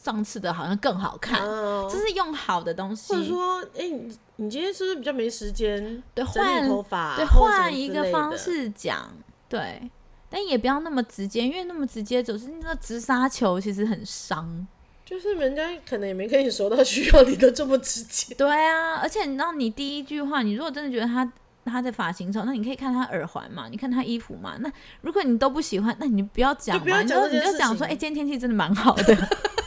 Speaker 4: 上次的好像更好看，
Speaker 3: 嗯
Speaker 4: 就，是用好的东西，
Speaker 3: 或者说，哎、你你今天是不是比较没时间
Speaker 4: 对
Speaker 3: 整理
Speaker 4: 换
Speaker 3: 头发啊、
Speaker 4: 对，
Speaker 3: 或者
Speaker 4: 换
Speaker 3: 什么
Speaker 4: 一
Speaker 3: 之
Speaker 4: 个
Speaker 3: 类
Speaker 4: 方
Speaker 3: 的。
Speaker 4: 式讲，对，但也不要那么直接，因为那么直接总是那个直杀球，其实很伤。
Speaker 3: 就是人家可能也没跟你熟到需要你的这么直接。
Speaker 4: 对啊，而且你知道，你第一句话，你如果真的觉得他他的发型丑，那你可以看他耳环嘛，你看他衣服嘛。那如果你都不喜欢，那你就不要讲
Speaker 3: 就
Speaker 4: 嘛，
Speaker 3: 不要
Speaker 4: 你
Speaker 3: 讲
Speaker 4: 就
Speaker 3: 这件
Speaker 4: 你就讲
Speaker 3: 事
Speaker 4: 说，哎、
Speaker 3: 情
Speaker 4: 今天天气真的蛮好的。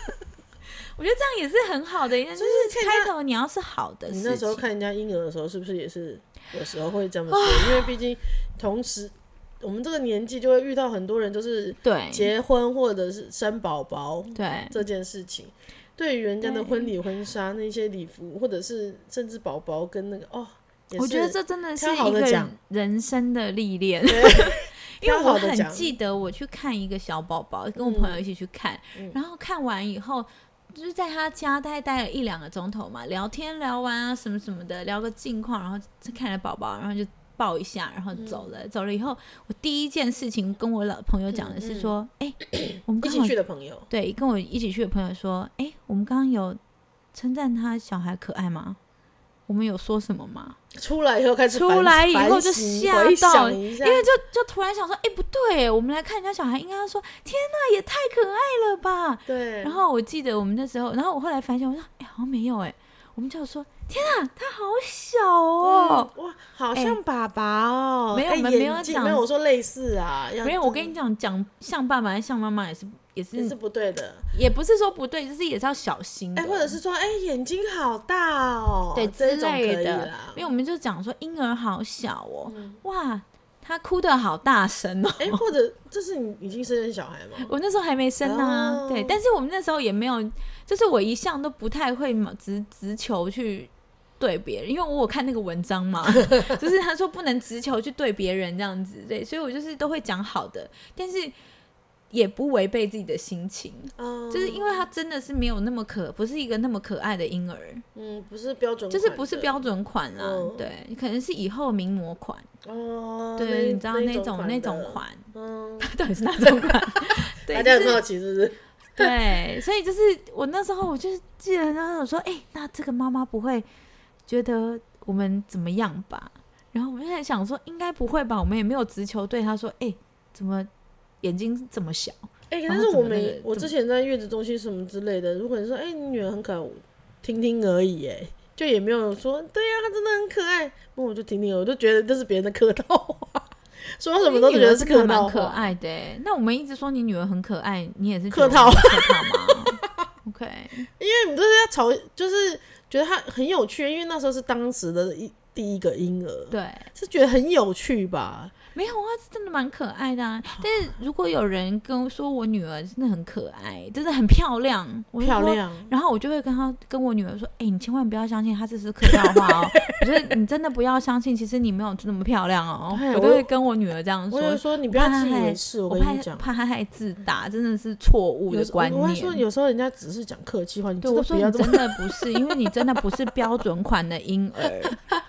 Speaker 4: 我觉得这样也是很好的，就是
Speaker 3: 看
Speaker 4: 开头你要是好的事
Speaker 3: 你
Speaker 4: 情，
Speaker 3: 那时候看人家婴儿的时候，是不是也是有时候会这么
Speaker 4: 啊
Speaker 3: 说？因为毕竟同时我们这个年纪就会遇到很多人，就是
Speaker 4: 对
Speaker 3: 结婚或者是生宝宝
Speaker 4: 对
Speaker 3: 这件事情。对于人家的婚礼、婚纱那些礼服，或者是甚至宝宝跟那个哦，也
Speaker 4: 我觉得
Speaker 3: 是
Speaker 4: 这真的是
Speaker 3: 挑好
Speaker 4: 一
Speaker 3: 的
Speaker 4: 个
Speaker 3: 讲
Speaker 4: 人人生的历练， 因为
Speaker 3: 挑好
Speaker 4: 我
Speaker 3: 的嗯
Speaker 4: 很
Speaker 3: 讲
Speaker 4: 记得我去看一个小宝宝，跟我朋友一起去看，
Speaker 3: 嗯
Speaker 4: 然后看完以后。就是在他家大概待了一两个钟头嘛，聊天聊完啊什么什么的，聊个近况，然后就看着宝宝，然后就抱一下，然后走
Speaker 3: 嗯
Speaker 4: 了。走了以后，我第一件事情跟我老朋友讲的
Speaker 3: 嗯
Speaker 4: 是
Speaker 3: 嗯
Speaker 4: 说，哎、我们
Speaker 3: 一
Speaker 4: 刚
Speaker 3: 起
Speaker 4: 好
Speaker 3: 去的朋友，
Speaker 4: 对跟我一起去的朋友说，哎、我们刚刚有称赞他小孩可爱吗？我我们有说什么吗？
Speaker 3: 出来以后开始
Speaker 4: 出来以后就吓
Speaker 3: 吓
Speaker 4: 到，
Speaker 3: 一
Speaker 4: 因
Speaker 3: 下，
Speaker 4: 为就就突然想说，哎、不对，我们来看人家小孩，应该要说，天哪，也太可爱了吧！
Speaker 3: 对，
Speaker 4: 然后我记得我们那时候，然后我后来反省，我说，哎、好像没有哎、我们就说，天啊，他好小哦。
Speaker 3: 嗯哇，好像爸爸哦，
Speaker 4: 没有
Speaker 3: 哎
Speaker 4: 我们没有
Speaker 3: 眼镜
Speaker 4: 讲
Speaker 3: 没有，我说类似啊，要
Speaker 4: 没有，我跟你讲，讲像爸爸像妈妈也是也是
Speaker 3: 这是不对的，
Speaker 4: 也不是说不对，就是也是要小心的。
Speaker 3: 哎，或者是说，哎，眼睛好大哦，
Speaker 4: 对
Speaker 3: 这
Speaker 4: 之
Speaker 3: 种可
Speaker 4: 类
Speaker 3: 以
Speaker 4: 的
Speaker 3: 啦，嗯
Speaker 4: 因为我们就讲说婴儿好小哦，哇，他哭的好大 声哦。
Speaker 3: 哎，或者这是你已经生的小孩吗？
Speaker 4: 我那时候还没生啊
Speaker 3: 哦
Speaker 4: 对，但是我们那时候也没有，就是我一向都不太会嘛直直球去对别人，因为我有看那个文章嘛， 就是他说不能直球去对别人这样子，对，所以我就是都会讲好的，但是也不违背自己的心情，
Speaker 3: 嗯，
Speaker 4: 就是因为他真的是没有那么可，不是一个那么可爱的婴儿，
Speaker 3: 嗯，不是标准款
Speaker 4: 就
Speaker 3: 的，
Speaker 4: 是不是标准款啦，
Speaker 3: 嗯
Speaker 4: 对，可能是以后的名模款，
Speaker 3: 哦，
Speaker 4: 对，
Speaker 3: 那
Speaker 4: 你知道那
Speaker 3: 种
Speaker 4: 种那种
Speaker 3: 的，
Speaker 4: 款，
Speaker 3: 嗯，
Speaker 4: 到底是哪种款？ 对，
Speaker 3: 大家
Speaker 4: 就
Speaker 3: 很
Speaker 4: 是
Speaker 3: 好奇是不是？
Speaker 4: 对，所以就是我那时候，我就是记得那时候说，哎、那这个妈妈不会觉得我们怎么样吧？然后我就在想说，应该不会吧？我们也没有直球对她说，哎、怎么眼睛这么小？
Speaker 3: 哎、
Speaker 4: 然
Speaker 3: 但
Speaker 4: 后
Speaker 3: 是
Speaker 4: 哦怎
Speaker 3: 我
Speaker 4: 么
Speaker 3: 们
Speaker 4: 那个
Speaker 3: 我
Speaker 4: 怎
Speaker 3: 之
Speaker 4: 么
Speaker 3: 前在月子中心什么之类的，如果你说哎、你女儿很可爱，我听听而已，哎，就也没有说对啊呀、她真的很可爱，那我就听听，我就觉得这是别人的客套话， 说什么都
Speaker 4: 你
Speaker 3: 觉
Speaker 4: 哎女儿
Speaker 3: 得
Speaker 4: 真
Speaker 3: 是
Speaker 4: 的
Speaker 3: 客
Speaker 4: 蛮
Speaker 3: 套
Speaker 4: 可
Speaker 3: 话。
Speaker 4: 爱的欸。那我们一直说你女儿很可爱，你也是觉
Speaker 3: 客
Speaker 4: 得
Speaker 3: 套
Speaker 4: 我们很客套吗 ？OK，
Speaker 3: 因为你都是在吵，就是觉得她很有趣，因为那时候是当时的一第一个婴儿，
Speaker 4: 对，
Speaker 3: 是觉得很有趣吧？
Speaker 4: 没有啊，是真的蛮可爱的啊。但是如果有人跟我说我女儿真的很可爱，真的很漂亮，我就
Speaker 3: 漂
Speaker 4: 说
Speaker 3: 亮，
Speaker 4: 然后我就会跟他跟我女儿说：“哎、你千万不要相信她这是客套 话哦，我觉得你真的不要相信，其实你没有那么漂亮哦。”
Speaker 3: 哎
Speaker 4: 我都
Speaker 3: 我
Speaker 4: 会跟我女儿这样
Speaker 3: 我有
Speaker 4: 说，
Speaker 3: 说你
Speaker 4: 我
Speaker 3: 不要
Speaker 4: 怕
Speaker 3: 自以
Speaker 4: 她
Speaker 3: 为
Speaker 4: 太
Speaker 3: 是，我
Speaker 4: 我
Speaker 3: 跟
Speaker 4: 怕
Speaker 3: 你讲。
Speaker 4: 怕她太自大，真的是错误
Speaker 3: 有
Speaker 4: 的
Speaker 3: 时
Speaker 4: 观
Speaker 3: 我会说，
Speaker 4: 念。
Speaker 3: 有时候人家只是讲客气话，你
Speaker 4: 对，
Speaker 3: 真的
Speaker 4: 我说
Speaker 3: 不
Speaker 4: 你
Speaker 3: 要这么
Speaker 4: 真的不是，因为你真的不是标准款的婴儿，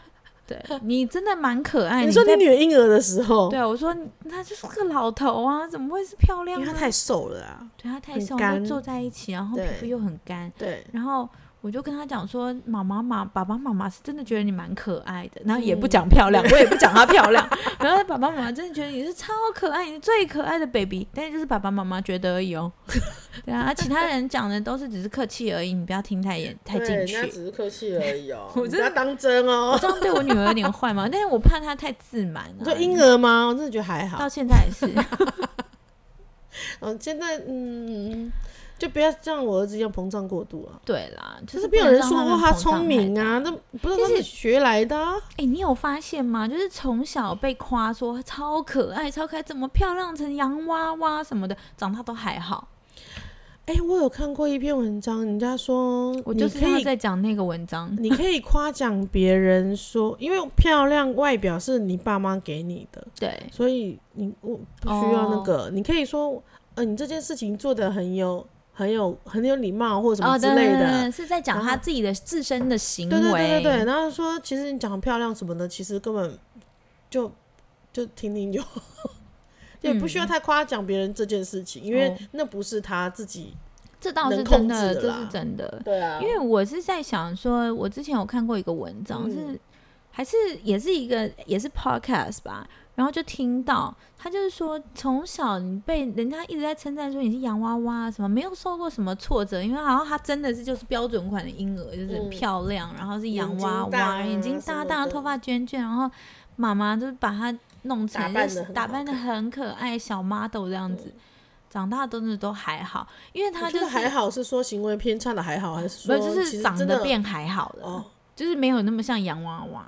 Speaker 4: 对你真的蛮可 爱。
Speaker 3: 你说你
Speaker 4: 在
Speaker 3: 女儿婴儿的时候，
Speaker 4: 对，啊我说她就是个老头啊，怎么会是漂
Speaker 3: 因
Speaker 4: 亮
Speaker 3: 为
Speaker 4: 呢？
Speaker 3: 她太瘦了啊。
Speaker 4: 对她太
Speaker 3: 很
Speaker 4: 瘦，又
Speaker 3: 干
Speaker 4: 皱在一起，然后皮
Speaker 3: 对
Speaker 4: 肤又很干，
Speaker 3: 对，
Speaker 4: 然后我就跟他讲说，妈妈妈爸爸妈妈是真的觉得你蛮可爱的，然后
Speaker 3: 嗯
Speaker 4: 也不讲漂亮，我也不讲她漂亮， 然后爸爸妈妈真的觉得你是超可爱，你是最可爱的 baby，但是就是爸爸妈妈觉得而已哦。 对啊，其他人讲的都是只是客气而已，你不要听太严太
Speaker 3: 对，
Speaker 4: 进
Speaker 3: 人
Speaker 4: 去
Speaker 3: 家。只是客气而已哦
Speaker 4: ，我
Speaker 3: 你不
Speaker 4: 真的
Speaker 3: 要当真哦
Speaker 4: 我。这样对我女儿有点坏嘛，但是我怕她太自满
Speaker 3: 你
Speaker 4: 了、
Speaker 3: 说婴儿吗？我真的觉得还好
Speaker 4: 到。现在也是，
Speaker 3: 嗯，现在嗯，就不要像我儿子一样膨胀过度啊。
Speaker 4: 对 啦，
Speaker 3: 可
Speaker 4: 就是
Speaker 3: 是没有人说过
Speaker 4: 她
Speaker 3: 聪明啊，那不是
Speaker 4: 就
Speaker 3: 他
Speaker 4: 是
Speaker 3: 们学来的啊。
Speaker 4: 哎、你有发现吗？就是从小被夸说超可爱、超可爱，怎么漂亮成洋娃娃什么的，长大都还好。
Speaker 3: 哎，我有看过一篇文章，人家说
Speaker 4: 我
Speaker 3: 你
Speaker 4: 就是
Speaker 3: 可
Speaker 4: 要
Speaker 3: 以
Speaker 4: 在讲那个文章，
Speaker 3: 你可以夸奖别人说，因为漂亮外表是你爸妈给你的，
Speaker 4: 对，
Speaker 3: 所以你我不需要那
Speaker 4: 哦
Speaker 3: 个，你可以说，呃，你这件事情做的很有很有很有礼貌或者什
Speaker 4: 哦，
Speaker 3: 么之
Speaker 4: 对
Speaker 3: 类
Speaker 4: 对
Speaker 3: 的。啊
Speaker 4: 对对是在讲
Speaker 3: 然
Speaker 4: 他
Speaker 3: 后
Speaker 4: 自己的自身的行为。
Speaker 3: 对对对对对，然后说其实你讲漂亮什么的，其实根本就就听听就好，也不需要太夸奖别人这件事情，因为
Speaker 4: 嗯哦
Speaker 3: 那不是他自己。
Speaker 4: 这倒是
Speaker 3: 能
Speaker 4: 真
Speaker 3: 控
Speaker 4: 的，
Speaker 3: 制的
Speaker 4: 这是
Speaker 3: 啦
Speaker 4: 真的。
Speaker 3: 对啊
Speaker 4: 因为我是在想说，我之前有看过一个文章，
Speaker 3: 嗯
Speaker 4: 是还是也是一个也是 podcast 吧，然后就听到他就是说，从小你被人家一直在称赞说你是洋娃娃啊什么，没有受过什么挫折，因为好像他真的是就是标准款的婴儿，就是很
Speaker 3: 嗯
Speaker 4: 漂亮，然后是洋
Speaker 3: 眼睛
Speaker 4: 娃
Speaker 3: 大
Speaker 4: 娃，
Speaker 3: 啊
Speaker 4: 眼睛
Speaker 3: 什
Speaker 4: 大
Speaker 3: 么
Speaker 4: 大，
Speaker 3: 的
Speaker 4: 头发卷卷，然后妈妈就是把他弄成
Speaker 3: 打扮
Speaker 4: 就是
Speaker 3: 得很
Speaker 4: 打
Speaker 3: 好
Speaker 4: 扮的
Speaker 3: 看
Speaker 4: 很可爱小 model 这样子。长大真的都还好，因为他
Speaker 3: 我
Speaker 4: 就
Speaker 3: 觉
Speaker 4: 是
Speaker 3: 得还好是说行为偏差的还好，还是
Speaker 4: 没
Speaker 3: 说
Speaker 4: 有，就
Speaker 3: 其
Speaker 4: 是
Speaker 3: 实
Speaker 4: 长
Speaker 3: 真
Speaker 4: 得
Speaker 3: 的
Speaker 4: 变还好了，
Speaker 3: 哦，嗯
Speaker 4: 就是没有那么像洋娃娃。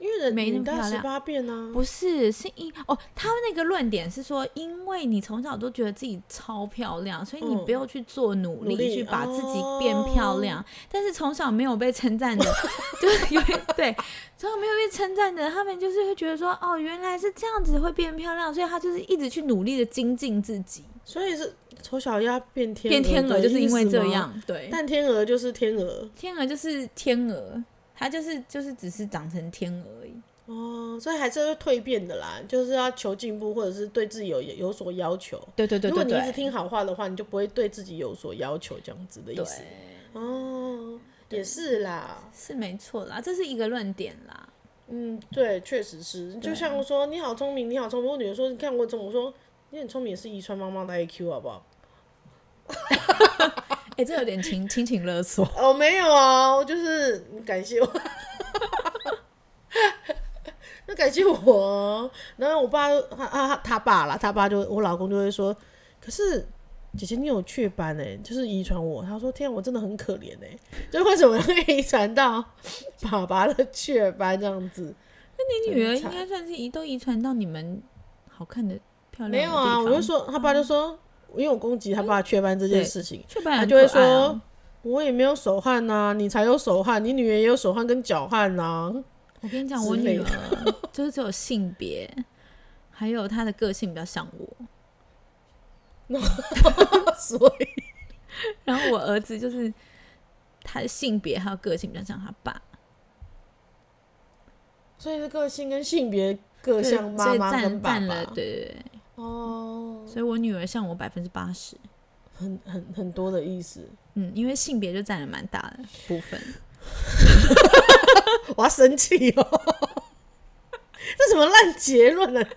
Speaker 3: 因为人
Speaker 4: 没那么
Speaker 3: 你到
Speaker 4: 漂
Speaker 3: 十
Speaker 4: 亮
Speaker 3: 八变啊，
Speaker 4: 不是，是因哦，他那个论点是说，因为你从小都觉得自己超漂亮，所以你
Speaker 3: 嗯哦
Speaker 4: 不用去做努力
Speaker 3: 努力
Speaker 4: 去把自己变漂亮。但是从小没有被 称赞的，就是因为对从小没有被称赞的，他们就是会觉得说，哦，原来是这样子会变漂亮，所以他就是一直去努力的精进自己，
Speaker 3: 所以是丑小鸭变天
Speaker 4: 变天鹅
Speaker 3: 鹅，
Speaker 4: 就是因为这，样，对。
Speaker 3: 但天鹅就是天鹅
Speaker 4: 天鹅就是天鹅，它就是就是只是长成天鹅而已。
Speaker 3: 哦，所以还是会蜕变的啦，就是要求进步，或者是对自己有有所要求。
Speaker 4: 对对对
Speaker 3: 如果你一直听好话的话，你就不会对自己有所要求，这样子的意
Speaker 4: 对
Speaker 3: 思。哦，也是啦，
Speaker 4: 是没错啦，这是一个论点啦。
Speaker 3: 嗯，对，确实是。就像我说，你好聪明，你好聪明。我女儿说，你看我怎么我说，你很聪明也是遗传妈妈的 IQ 好不好？
Speaker 4: 哎、这有点 情亲情勒索。
Speaker 3: 哦，没有啊，我就是感谢我， 那感谢我啊。然后我爸他啊他爸啦，他爸就我老公就会说，可是姐姐你有雀斑哎、就是遗传我。他说天啊、我真的很可怜哎、 就为什么会遗传到爸爸的雀斑这样子？
Speaker 4: 你女儿
Speaker 3: 很
Speaker 4: 应
Speaker 3: 惨
Speaker 4: 该算是遗都遗传到你们好看的漂亮的
Speaker 3: 没有啊，
Speaker 4: 地方嗯
Speaker 3: 我就说他爸就说，因为我攻击他爸雀斑这件事情，
Speaker 4: 雀斑
Speaker 3: 他
Speaker 4: 很
Speaker 3: 就会
Speaker 4: 可爱啊
Speaker 3: 说我也没有手汗呐、你才有手汗，你女儿也有手汗跟脚汗啊 呐、
Speaker 4: 我跟你讲，
Speaker 3: 之
Speaker 4: 我
Speaker 3: 类
Speaker 4: 女
Speaker 3: 的
Speaker 4: 儿 就是只有性别，还有她的个性比较像我，
Speaker 3: 所以
Speaker 4: 然后我儿子就是他的性别还有个性比较像他爸，
Speaker 3: 所以是个性跟性别各
Speaker 4: 就是
Speaker 3: 像妈妈
Speaker 4: 所以
Speaker 3: 跟
Speaker 4: 占
Speaker 3: 爸
Speaker 4: 占了，
Speaker 3: 爸
Speaker 4: 对对对，
Speaker 3: 哦，
Speaker 4: 所以我女儿像我百分之八十，
Speaker 3: 很很很多的意思，
Speaker 4: 嗯，因为性别就占了蛮大的部 分，
Speaker 3: 我要生气哦， 这什么烂结论呢、啊？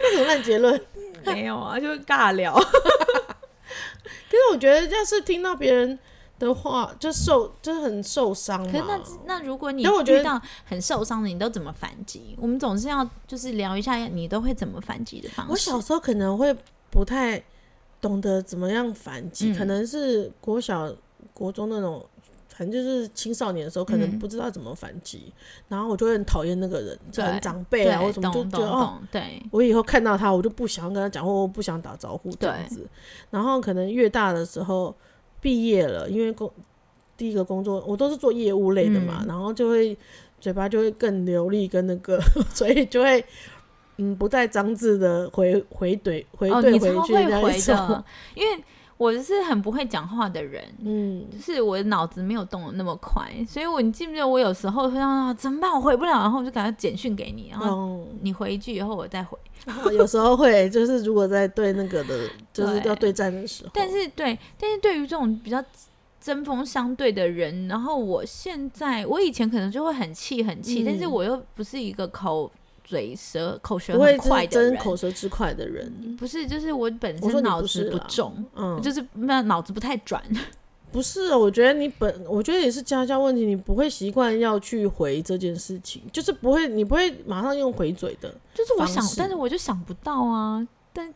Speaker 3: 这什么烂结论？
Speaker 4: 没有啊，就是尬聊，
Speaker 3: 可是我觉得，要是听到别人的话，就受，就是很受伤嘛。
Speaker 4: 可是那那如果你
Speaker 3: 但我觉得
Speaker 4: 遇到很受伤的，你都怎么反击？我们总是要就是聊一下，你都会怎么反击的方式。
Speaker 3: 我小时候可能会不太懂得怎么样反击，
Speaker 4: 嗯
Speaker 3: 可能是国小、国中那种，反正就是青少年的时候，可能
Speaker 4: 嗯
Speaker 3: 不知道怎么反击，然后我就会很讨厌那个人，可
Speaker 4: 对
Speaker 3: 能长辈
Speaker 4: 对
Speaker 3: 啊，或什么就
Speaker 4: 懂
Speaker 3: 觉
Speaker 4: 懂
Speaker 3: 得哦。
Speaker 4: 懂，对，
Speaker 3: 我以后看到他，我就不想要跟他讲话，或我不想打招呼这样子。然后可能越大的时候，毕业了，因为工第一个工作我都是做业务类的嘛，
Speaker 4: 嗯
Speaker 3: 然后就会嘴巴就会更流利，跟那个， 所以就会嗯不带脏字的回回怼回
Speaker 4: 哦，
Speaker 3: 怼
Speaker 4: 你
Speaker 3: 回
Speaker 4: 超
Speaker 3: 去
Speaker 4: 会
Speaker 3: 那一
Speaker 4: 回
Speaker 3: 种。
Speaker 4: 的， 因为我是很不会讲话的人，
Speaker 3: 嗯，
Speaker 4: 就是我的脑子没有动的那么快，所以我你记不记得我有时候会让他怎么办，我回不了，然后我就给他简讯给你，然后
Speaker 3: 哦，
Speaker 4: 你回一句以后我再回。
Speaker 3: 有时候会就是如果在对那个的，就是
Speaker 4: 对
Speaker 3: 要对战的时候，
Speaker 4: 但是对，但是对于这种比较针锋相对的人，然后我现在我以前可能就会很气很气，
Speaker 3: 嗯
Speaker 4: 但是我又不是一个口嘴舌口舌
Speaker 3: 不会
Speaker 4: 很
Speaker 3: 就是
Speaker 4: 快的
Speaker 3: 真
Speaker 4: 人，嗯
Speaker 3: 口舌之快的人。
Speaker 4: 不是就是我本
Speaker 3: 我说
Speaker 4: 身
Speaker 3: 你
Speaker 4: 脑
Speaker 3: 不是
Speaker 4: 子不
Speaker 3: 啦
Speaker 4: 重，
Speaker 3: 嗯，
Speaker 4: 就是那脑子不太转。
Speaker 3: 不是，哦我觉得你本，我觉得也是家教问题，你不会习惯要去回这件事情，就是不会，你不会马上用回嘴的。
Speaker 4: 就是我
Speaker 3: 方
Speaker 4: 想
Speaker 3: 式，
Speaker 4: 但是我就想不到啊。但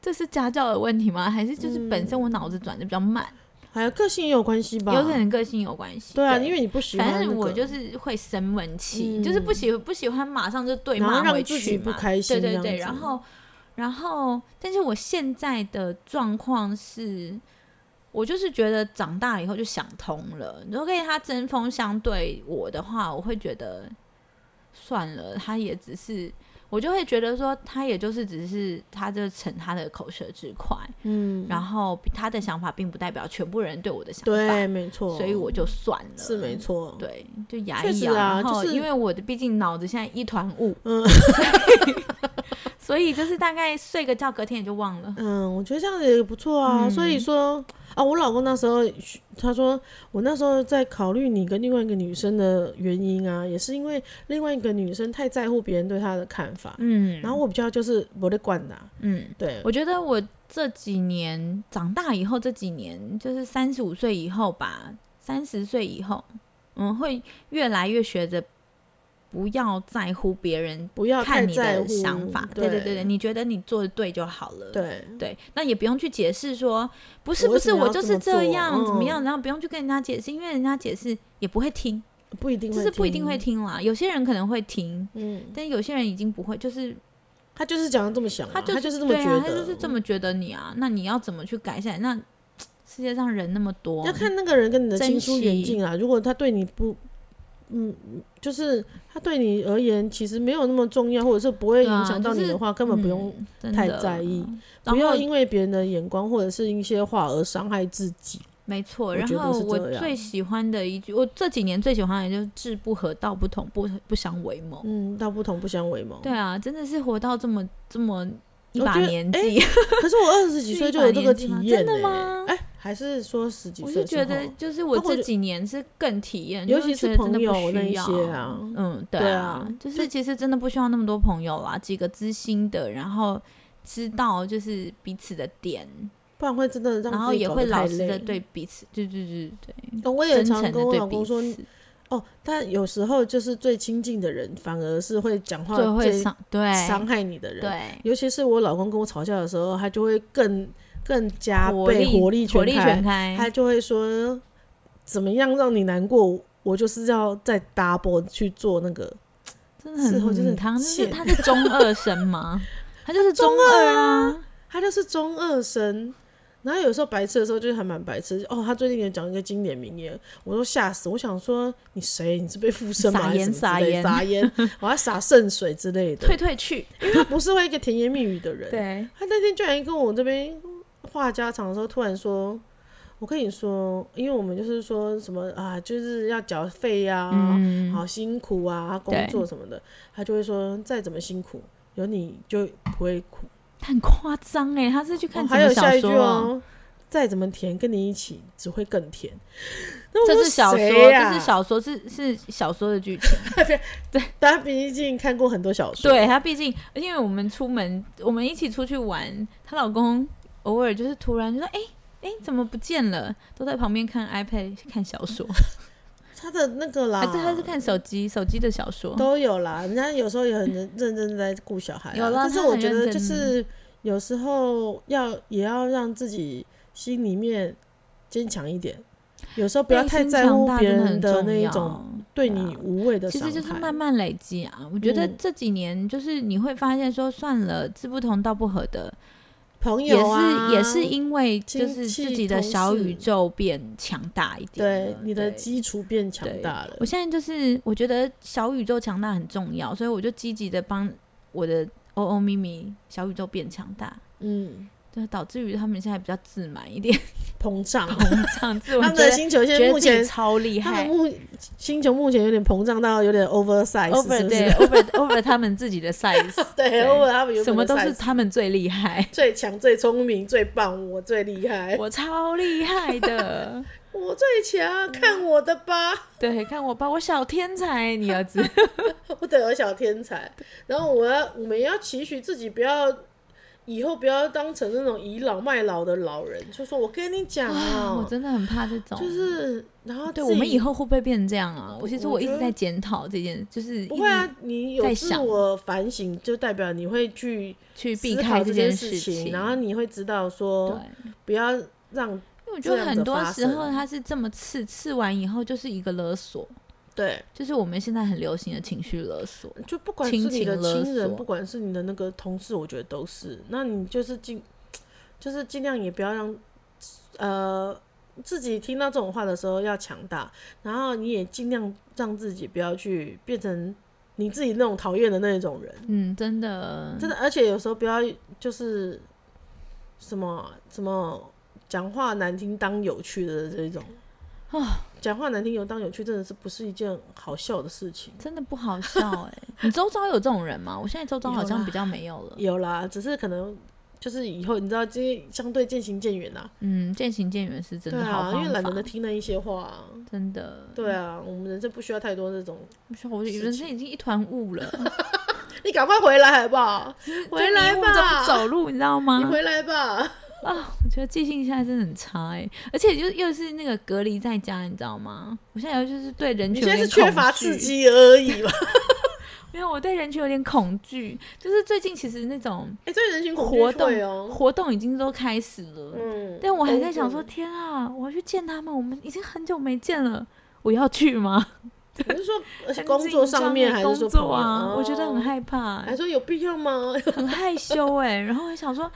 Speaker 4: 这是家教的问题吗？还是就是本身我脑子转的比较慢，
Speaker 3: 还有个性也有关系嗯吧？
Speaker 4: 有可能跟个性有关系？
Speaker 3: 对啊，因为你不喜欢、那
Speaker 4: 反正
Speaker 3: 个
Speaker 4: 我就是会生闷气，
Speaker 3: 嗯
Speaker 4: 就是不喜不喜欢马上就对
Speaker 3: 然后
Speaker 4: 骂
Speaker 3: 让
Speaker 4: 回
Speaker 3: 自己
Speaker 4: 去嘛，
Speaker 3: 不开心
Speaker 4: 对对
Speaker 3: 这样
Speaker 4: 对，
Speaker 3: 子
Speaker 4: 然后然后，但是我现在的状况是。我就是觉得长大以后就想通了，如果跟他针锋相对我的话，我会觉得算了，他也只是，我就会觉得说，他也就是只是，他就逞他的口舌之快，
Speaker 3: 嗯，
Speaker 4: 然后他的想法并不代表全部人对我的想法，
Speaker 3: 对，没错，
Speaker 4: 所以我就算了，
Speaker 3: 是没错，，
Speaker 4: 对，就牙
Speaker 3: 确
Speaker 4: 一
Speaker 3: 实
Speaker 4: 咬，
Speaker 3: 啊
Speaker 4: 然后
Speaker 3: 就是
Speaker 4: 因为我的毕竟脑子现在一团雾，
Speaker 3: 嗯
Speaker 4: 所以就是大概睡个觉，隔天也就忘了。
Speaker 3: 嗯，我觉得这样子也不错啊。
Speaker 4: 嗯
Speaker 3: 所以说啊，我老公那时候他说，我那时候在考虑你跟另外一个女生的原因啊，也是因为另外一个女生太在乎别人对她的看法，
Speaker 4: 嗯，
Speaker 3: 然后我比较就是我得管的啊、
Speaker 4: 嗯，
Speaker 3: 对，
Speaker 4: 我觉得我这几年长大以后，这几年就是三十五岁以后吧，三十岁以后，嗯，会越来越学着不要在乎别人
Speaker 3: 不要太
Speaker 4: 看你
Speaker 3: 在
Speaker 4: 的
Speaker 3: 乎
Speaker 4: 想法。
Speaker 3: 对
Speaker 4: 对对对，你觉得你做的对就好了。
Speaker 3: 对
Speaker 4: 对，那也不用去解释说不是
Speaker 3: 我
Speaker 4: 不
Speaker 3: 为
Speaker 4: 是
Speaker 3: 什么
Speaker 4: 我
Speaker 3: 要
Speaker 4: 就
Speaker 3: 这
Speaker 4: 是
Speaker 3: 么
Speaker 4: 这
Speaker 3: 做
Speaker 4: 样怎么
Speaker 3: 嗯
Speaker 4: 样，然后不用去跟人家解释，因为人家解释也不会听，
Speaker 3: 不一定会
Speaker 4: 就是不一定会。听啦。有些人可能会听，
Speaker 3: 嗯，
Speaker 4: 但有些人已经不会，就是
Speaker 3: 他就是讲得这么想啊、
Speaker 4: 他就是
Speaker 3: 这么
Speaker 4: 对
Speaker 3: 觉
Speaker 4: 啊
Speaker 3: 得，，嗯
Speaker 4: 他就是这么觉得你啊。那你要怎么去改善？那世界上人那么
Speaker 3: 嗯
Speaker 4: 多，
Speaker 3: 要看那个人跟你的亲疏
Speaker 4: 珍惜
Speaker 3: 远近啊。如果他对你不，嗯，就是他对你而言其实没有那么重要，或者是不会
Speaker 4: 对啊
Speaker 3: 影响到你
Speaker 4: 就是
Speaker 3: 的话，根本不用、
Speaker 4: 嗯真
Speaker 3: 太
Speaker 4: 的
Speaker 3: 在意，
Speaker 4: 然
Speaker 3: 不要
Speaker 4: 后
Speaker 3: 因为别人的眼光或者是一些话而伤害自己。
Speaker 4: 没错，
Speaker 3: 我
Speaker 4: 然
Speaker 3: 觉得
Speaker 4: 后
Speaker 3: 是
Speaker 4: 我
Speaker 3: 这样
Speaker 4: 最喜欢的一句，我这几年最喜欢的就是志不合，道不同，不不相为谋。
Speaker 3: 嗯，道不同不相为谋。
Speaker 4: 哦对啊，真的是活到这么这么一
Speaker 3: 我
Speaker 4: 把
Speaker 3: 觉得
Speaker 4: 年
Speaker 3: 哎
Speaker 4: 纪，
Speaker 3: 可是我二十几
Speaker 4: 是
Speaker 3: 岁
Speaker 4: 一
Speaker 3: 就
Speaker 4: 把
Speaker 3: 有这
Speaker 4: 年
Speaker 3: 个
Speaker 4: 纪
Speaker 3: 体
Speaker 4: 吗
Speaker 3: 验、欸，
Speaker 4: 真的吗
Speaker 3: 哎、还是说十几
Speaker 4: 我
Speaker 3: 岁
Speaker 4: 是
Speaker 3: 的时
Speaker 4: 觉
Speaker 3: 候？
Speaker 4: 得，就是我
Speaker 3: 但我
Speaker 4: 这
Speaker 3: 觉
Speaker 4: 几年是更体验，
Speaker 3: 尤
Speaker 4: 就
Speaker 3: 其
Speaker 4: 觉
Speaker 3: 是
Speaker 4: 得真的
Speaker 3: 朋友
Speaker 4: 不
Speaker 3: 那
Speaker 4: 需
Speaker 3: 一
Speaker 4: 要
Speaker 3: 些啊
Speaker 4: 嗯，对
Speaker 3: 对
Speaker 4: 啊
Speaker 3: 啊，
Speaker 4: 就是其实真的不需要那么多朋友啦，几个知心的，然后知道就是彼此的点，
Speaker 3: 不然会真的让
Speaker 4: 然后
Speaker 3: 自己
Speaker 4: 也
Speaker 3: 搞
Speaker 4: 会
Speaker 3: 得太
Speaker 4: 老实的
Speaker 3: 累
Speaker 4: 对彼此，对对对对，
Speaker 3: 哦我也
Speaker 4: 真
Speaker 3: 常
Speaker 4: 诚的
Speaker 3: 跟我
Speaker 4: 对
Speaker 3: 老公
Speaker 4: 彼
Speaker 3: 说，
Speaker 4: 此，
Speaker 3: 哦，但有时候就是最亲近的人，反而是会讲话
Speaker 4: 最会
Speaker 3: 哦最
Speaker 4: 伤，对
Speaker 3: 伤害你的人。
Speaker 4: 对，
Speaker 3: 尤其是我老公跟我吵架的时候，他就会更更加
Speaker 4: 火
Speaker 3: 倍
Speaker 4: 力
Speaker 3: 火力
Speaker 4: 火力全
Speaker 3: 开，他
Speaker 4: 开，
Speaker 3: 就会说怎么样让你难过，我就是要再 double 去做那个。
Speaker 4: 嗯真的很
Speaker 3: 事后就是
Speaker 4: 母汤，这是
Speaker 3: 贱
Speaker 4: 他是 中二生吗？他就是中
Speaker 3: 中二
Speaker 4: 二啊，
Speaker 3: 他就是中二生，然后有时候白痴的时候就是还蛮白痴。哦，他最近也讲一个经典名言，我都吓死。我想说你谁？你是被附身吗？
Speaker 4: 撒
Speaker 3: 还是
Speaker 4: 盐
Speaker 3: 什么之类的
Speaker 4: 撒
Speaker 3: 撒盐， 我要洒圣水之类的
Speaker 4: 退。退去，
Speaker 3: 他不是会一个甜言蜜语的人。
Speaker 4: 对，
Speaker 3: 他那天居然跟我这边话家常的时候，突然说：“我跟你说，因为我们就是说什么啊，就是要缴费呀、
Speaker 4: 嗯，
Speaker 3: 好辛苦啊，工作什么的。”他就会说：“再怎么辛苦，有你就不会苦。
Speaker 4: 很夸张哎，他是去
Speaker 3: 哦
Speaker 4: 看什
Speaker 3: 还
Speaker 4: 么
Speaker 3: 有
Speaker 4: 小
Speaker 3: 下一句
Speaker 4: 说啊？
Speaker 3: 哦。再怎么甜，跟你一起只会更甜。那我
Speaker 4: 这
Speaker 3: 说
Speaker 4: 是小说，
Speaker 3: 谁啊呀、
Speaker 4: 这是小说，是是小说的剧情。
Speaker 3: 大家毕竟看过很多小说，
Speaker 4: 对，他毕竟，因为我们出门，我们一起出去玩，她老公偶尔就是突然就说：“哎、哎、怎么不见了？”都在旁边看 iPad 看小说，
Speaker 3: 他的那个啦，
Speaker 4: 还是他是看手机手机的小说？
Speaker 3: 啊都有啦，人家有时候也很认认真在 顾小孩啊、
Speaker 4: 有啦
Speaker 3: 但是
Speaker 4: 他很
Speaker 3: 我觉得
Speaker 4: 认
Speaker 3: 就
Speaker 4: 真
Speaker 3: 是有时候要也要让自己心里面坚强一点，有时候不要
Speaker 4: 内
Speaker 3: 太
Speaker 4: 心
Speaker 3: 在
Speaker 4: 强
Speaker 3: 乎
Speaker 4: 大
Speaker 3: 别
Speaker 4: 真的
Speaker 3: 人
Speaker 4: 很
Speaker 3: 的
Speaker 4: 重
Speaker 3: 那一
Speaker 4: 要
Speaker 3: 种对
Speaker 4: 对啊
Speaker 3: 你无谓的
Speaker 4: 其
Speaker 3: 伤害。
Speaker 4: 实就是慢慢累积啊。我觉得
Speaker 3: 嗯
Speaker 4: 这几年就是你会发现说，算了，志不同道不合的，
Speaker 3: 朋
Speaker 4: 也
Speaker 3: 友啊，
Speaker 4: 是也是因为就
Speaker 3: 亲
Speaker 4: 是
Speaker 3: 戚
Speaker 4: 自己的
Speaker 3: 同
Speaker 4: 小
Speaker 3: 事
Speaker 4: 宇宙变强大一点了，
Speaker 3: 对你的
Speaker 4: 啊对
Speaker 3: 基础变强
Speaker 4: 对
Speaker 3: 大了
Speaker 4: 我。现在就是我觉得小宇宙强大很重要，所以我就积极的帮我的欧欧咪咪小宇宙变强大，
Speaker 3: 嗯，
Speaker 4: 就导致于他们现在比较自满一点，
Speaker 3: 膨 胀，
Speaker 4: 膨胀自我
Speaker 3: 他们
Speaker 4: 觉
Speaker 3: 的
Speaker 4: 得
Speaker 3: 星球现
Speaker 4: 觉
Speaker 3: 在
Speaker 4: 得
Speaker 3: 目
Speaker 4: 自己
Speaker 3: 前。
Speaker 4: 超厉
Speaker 3: 他们
Speaker 4: 害。
Speaker 3: 目星球目前有点膨胀到有点 oversize，是
Speaker 4: over
Speaker 3: 不
Speaker 4: 对
Speaker 3: 是？
Speaker 4: over over 他们自己的 size，
Speaker 3: 对，over 他们原本
Speaker 4: 什么
Speaker 3: 的
Speaker 4: 都是
Speaker 3: size
Speaker 4: 他们最厉害，
Speaker 3: 最强、最聪明、最棒， 我最厉害，
Speaker 4: 我超厉害的。
Speaker 3: 我最强，看我的吧，
Speaker 4: 对，看我吧，我小天才，你儿子。
Speaker 3: 我得有小天才。然后我要，我们也要期许自己不要。以后不要当成那种倚老卖老的老人，就说我跟你讲
Speaker 4: 啊，我
Speaker 3: 哦、
Speaker 4: 真的很怕这种，
Speaker 3: 就是然后
Speaker 4: 对
Speaker 3: 自
Speaker 4: 我们
Speaker 3: 己
Speaker 4: 以后会不会变成这样啊？我其实
Speaker 3: 我
Speaker 4: 我一
Speaker 3: 觉
Speaker 4: 直
Speaker 3: 得
Speaker 4: 在检讨这件，就是
Speaker 3: 不
Speaker 4: 一
Speaker 3: 会
Speaker 4: 直
Speaker 3: 啊，你有
Speaker 4: 在
Speaker 3: 自
Speaker 4: 想
Speaker 3: 我反省，就代表你会去
Speaker 4: 去避
Speaker 3: 思
Speaker 4: 开
Speaker 3: 考
Speaker 4: 这
Speaker 3: 件
Speaker 4: 事
Speaker 3: 情，然后你会知道
Speaker 4: 对，
Speaker 3: 说不要让
Speaker 4: 因为我觉
Speaker 3: 这
Speaker 4: 得
Speaker 3: 样
Speaker 4: 很
Speaker 3: 子
Speaker 4: 多
Speaker 3: 发
Speaker 4: 时候
Speaker 3: 生
Speaker 4: 它是这么刺，刺完以后就是一个勒索，
Speaker 3: 对，
Speaker 4: 就是我们现在很流行的情绪勒索。
Speaker 3: 就不管
Speaker 4: 亲
Speaker 3: 是你的
Speaker 4: 情勒
Speaker 3: 亲人，
Speaker 4: 索
Speaker 3: 不管是你的那个同事，我觉得都是。那你就是尽，就是尽量也不要让，呃，自己听到这种话的时候要强大，然后你也尽量让自己不要去变成你自己那种讨厌的那种人。
Speaker 4: 嗯，真的，
Speaker 3: 真的，而且有时候不要就是什么什么讲话难听当有趣的这种
Speaker 4: 哦。
Speaker 3: 讲话难听有当有趣，真的是不是一件好笑的事情。
Speaker 4: 真的不好笑哎、你周遭有这种人吗？我现在周遭好
Speaker 3: 有
Speaker 4: 像
Speaker 3: 啦
Speaker 4: 比较没有了。
Speaker 3: 有啦，只是可能就是以后你知道，这相对渐行渐远啦。
Speaker 4: 嗯，渐行渐远是真
Speaker 3: 对
Speaker 4: 的好
Speaker 3: 啊，
Speaker 4: 方法，嗯
Speaker 3: 因为懒得听那一些话啊。
Speaker 4: 真的。
Speaker 3: 对啊，我们人生不需要太多这种。
Speaker 4: 不需要，我
Speaker 3: 事
Speaker 4: 人生已经一团雾了，
Speaker 3: 你赶快回来好不 好？回
Speaker 4: 在
Speaker 3: 来
Speaker 4: 迷雾中
Speaker 3: 吧，
Speaker 4: 走啊路，你知道吗？啊
Speaker 3: 你回来吧。
Speaker 4: 我觉得记性现在真的很差哎、而且又又是那个隔离在家，你知道吗？我现在就是对人
Speaker 3: 你
Speaker 4: 群
Speaker 3: 现在
Speaker 4: 有
Speaker 3: 是
Speaker 4: 点恐
Speaker 3: 缺乏
Speaker 4: 惧
Speaker 3: 刺，激而已吧？
Speaker 4: 没有，我对人群有点恐惧。就是最近其实那种
Speaker 3: 哎，对人群恐
Speaker 4: 活
Speaker 3: 惧
Speaker 4: 动、
Speaker 3: 会哦。
Speaker 4: 活动已经都开始了，
Speaker 3: 嗯，
Speaker 4: 但我还在想说，
Speaker 3: 都
Speaker 4: 天啊，我要去见他们，我们已经很久没见了，我要去吗？
Speaker 3: 是，你是说 而且
Speaker 4: 很
Speaker 3: 工作
Speaker 4: 紧张
Speaker 3: 上面
Speaker 4: 哎
Speaker 3: 还是
Speaker 4: 工
Speaker 3: 说
Speaker 4: 作
Speaker 3: 朋友
Speaker 4: 啊？我觉得很，
Speaker 3: 哦
Speaker 4: 害怕、
Speaker 3: 还说有必要吗？
Speaker 4: 很害羞哎、然后还想说。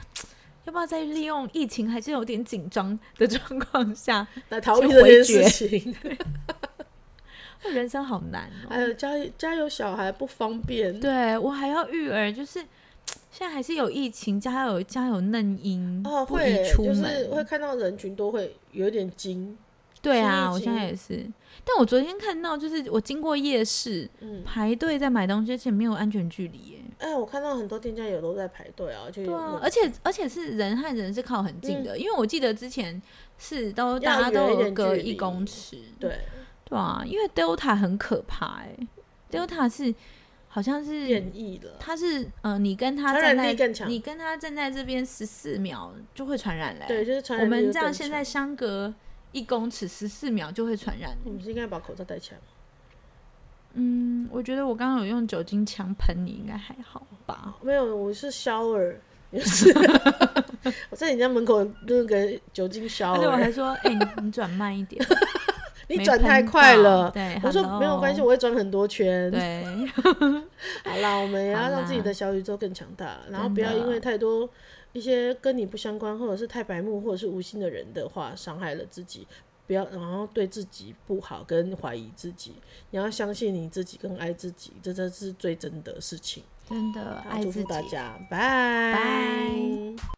Speaker 4: 要不要再利用疫情还是有点紧张的状况下，
Speaker 3: 来逃避
Speaker 4: 先
Speaker 3: 这
Speaker 4: 回
Speaker 3: 件
Speaker 4: 绝
Speaker 3: 事情。
Speaker 4: 我人生好难哦、
Speaker 3: 还有家家有小孩不方便，
Speaker 4: 对啊我还要育儿，就是现在还是有疫情，家有家有嫩婴，
Speaker 3: 哦，
Speaker 4: 不
Speaker 3: 会
Speaker 4: 宜
Speaker 3: 欸
Speaker 4: 出
Speaker 3: 就
Speaker 4: 门，
Speaker 3: 是会看到人群都会有点惊，
Speaker 4: 对啊，我
Speaker 3: 现
Speaker 4: 现
Speaker 3: 在
Speaker 4: 在
Speaker 3: 已
Speaker 4: 也是。但我昨天看到，就是我经过夜市
Speaker 3: 嗯，
Speaker 4: 排队在买东西，而且没有安全距离耶。
Speaker 3: 哎、我看到很多店家也都在排队啊，就有
Speaker 4: 对
Speaker 3: 那
Speaker 4: 啊
Speaker 3: 种，
Speaker 4: 而且而且是人和人是靠很近的，因为我记得之前是都
Speaker 3: 嗯要远
Speaker 4: 大家
Speaker 3: 一
Speaker 4: 都有
Speaker 3: 点
Speaker 4: 隔
Speaker 3: 距离
Speaker 4: 一公尺，
Speaker 3: 对嗯
Speaker 4: 对啊，因为 Delta 很可怕哎、Delta 是好像是
Speaker 3: 变异了，
Speaker 4: 它是呃，你跟他
Speaker 3: 传
Speaker 4: 站
Speaker 3: 染力
Speaker 4: 在
Speaker 3: 更强
Speaker 4: 你跟他站在这边十四秒就会传染嘞、
Speaker 3: 对，就是传
Speaker 4: 我
Speaker 3: 染力
Speaker 4: 们
Speaker 3: 就
Speaker 4: 这样
Speaker 3: 更
Speaker 4: 现在
Speaker 3: 强，
Speaker 4: 相隔一公尺十四秒就会传染。
Speaker 3: 我们是应该把口罩戴起来吗？
Speaker 4: 嗯，我觉得我刚刚有用酒精枪喷你，应该还好吧？
Speaker 3: 没有，我是消耳，就是 我在你家门口那个酒精消
Speaker 4: 而且我还
Speaker 3: 耳，
Speaker 4: 说，哎、你你转慢一点，
Speaker 3: 哦 你
Speaker 4: 没
Speaker 3: 转太
Speaker 4: 喷
Speaker 3: 快
Speaker 4: 到
Speaker 3: 了。哦
Speaker 4: 对，
Speaker 3: 我说没有关系，
Speaker 4: hello
Speaker 3: 我会转很多圈。
Speaker 4: 对，
Speaker 3: 好啦，我们也要
Speaker 4: 好
Speaker 3: 让自己
Speaker 4: 啦
Speaker 3: 的小宇宙更强大，然后
Speaker 4: 真
Speaker 3: 不要
Speaker 4: 的
Speaker 3: 因为太多一些跟你不相关，或者是太白目，或者是无心的人的话，伤害了自己。不要，然后对自己不好，跟怀疑自己。你要相信你自己，跟爱自己，这真是最真的事情。
Speaker 4: 真的
Speaker 3: 好
Speaker 4: 爱
Speaker 3: 祝
Speaker 4: 自
Speaker 3: 福大
Speaker 4: 己。
Speaker 3: 家，拜
Speaker 4: 拜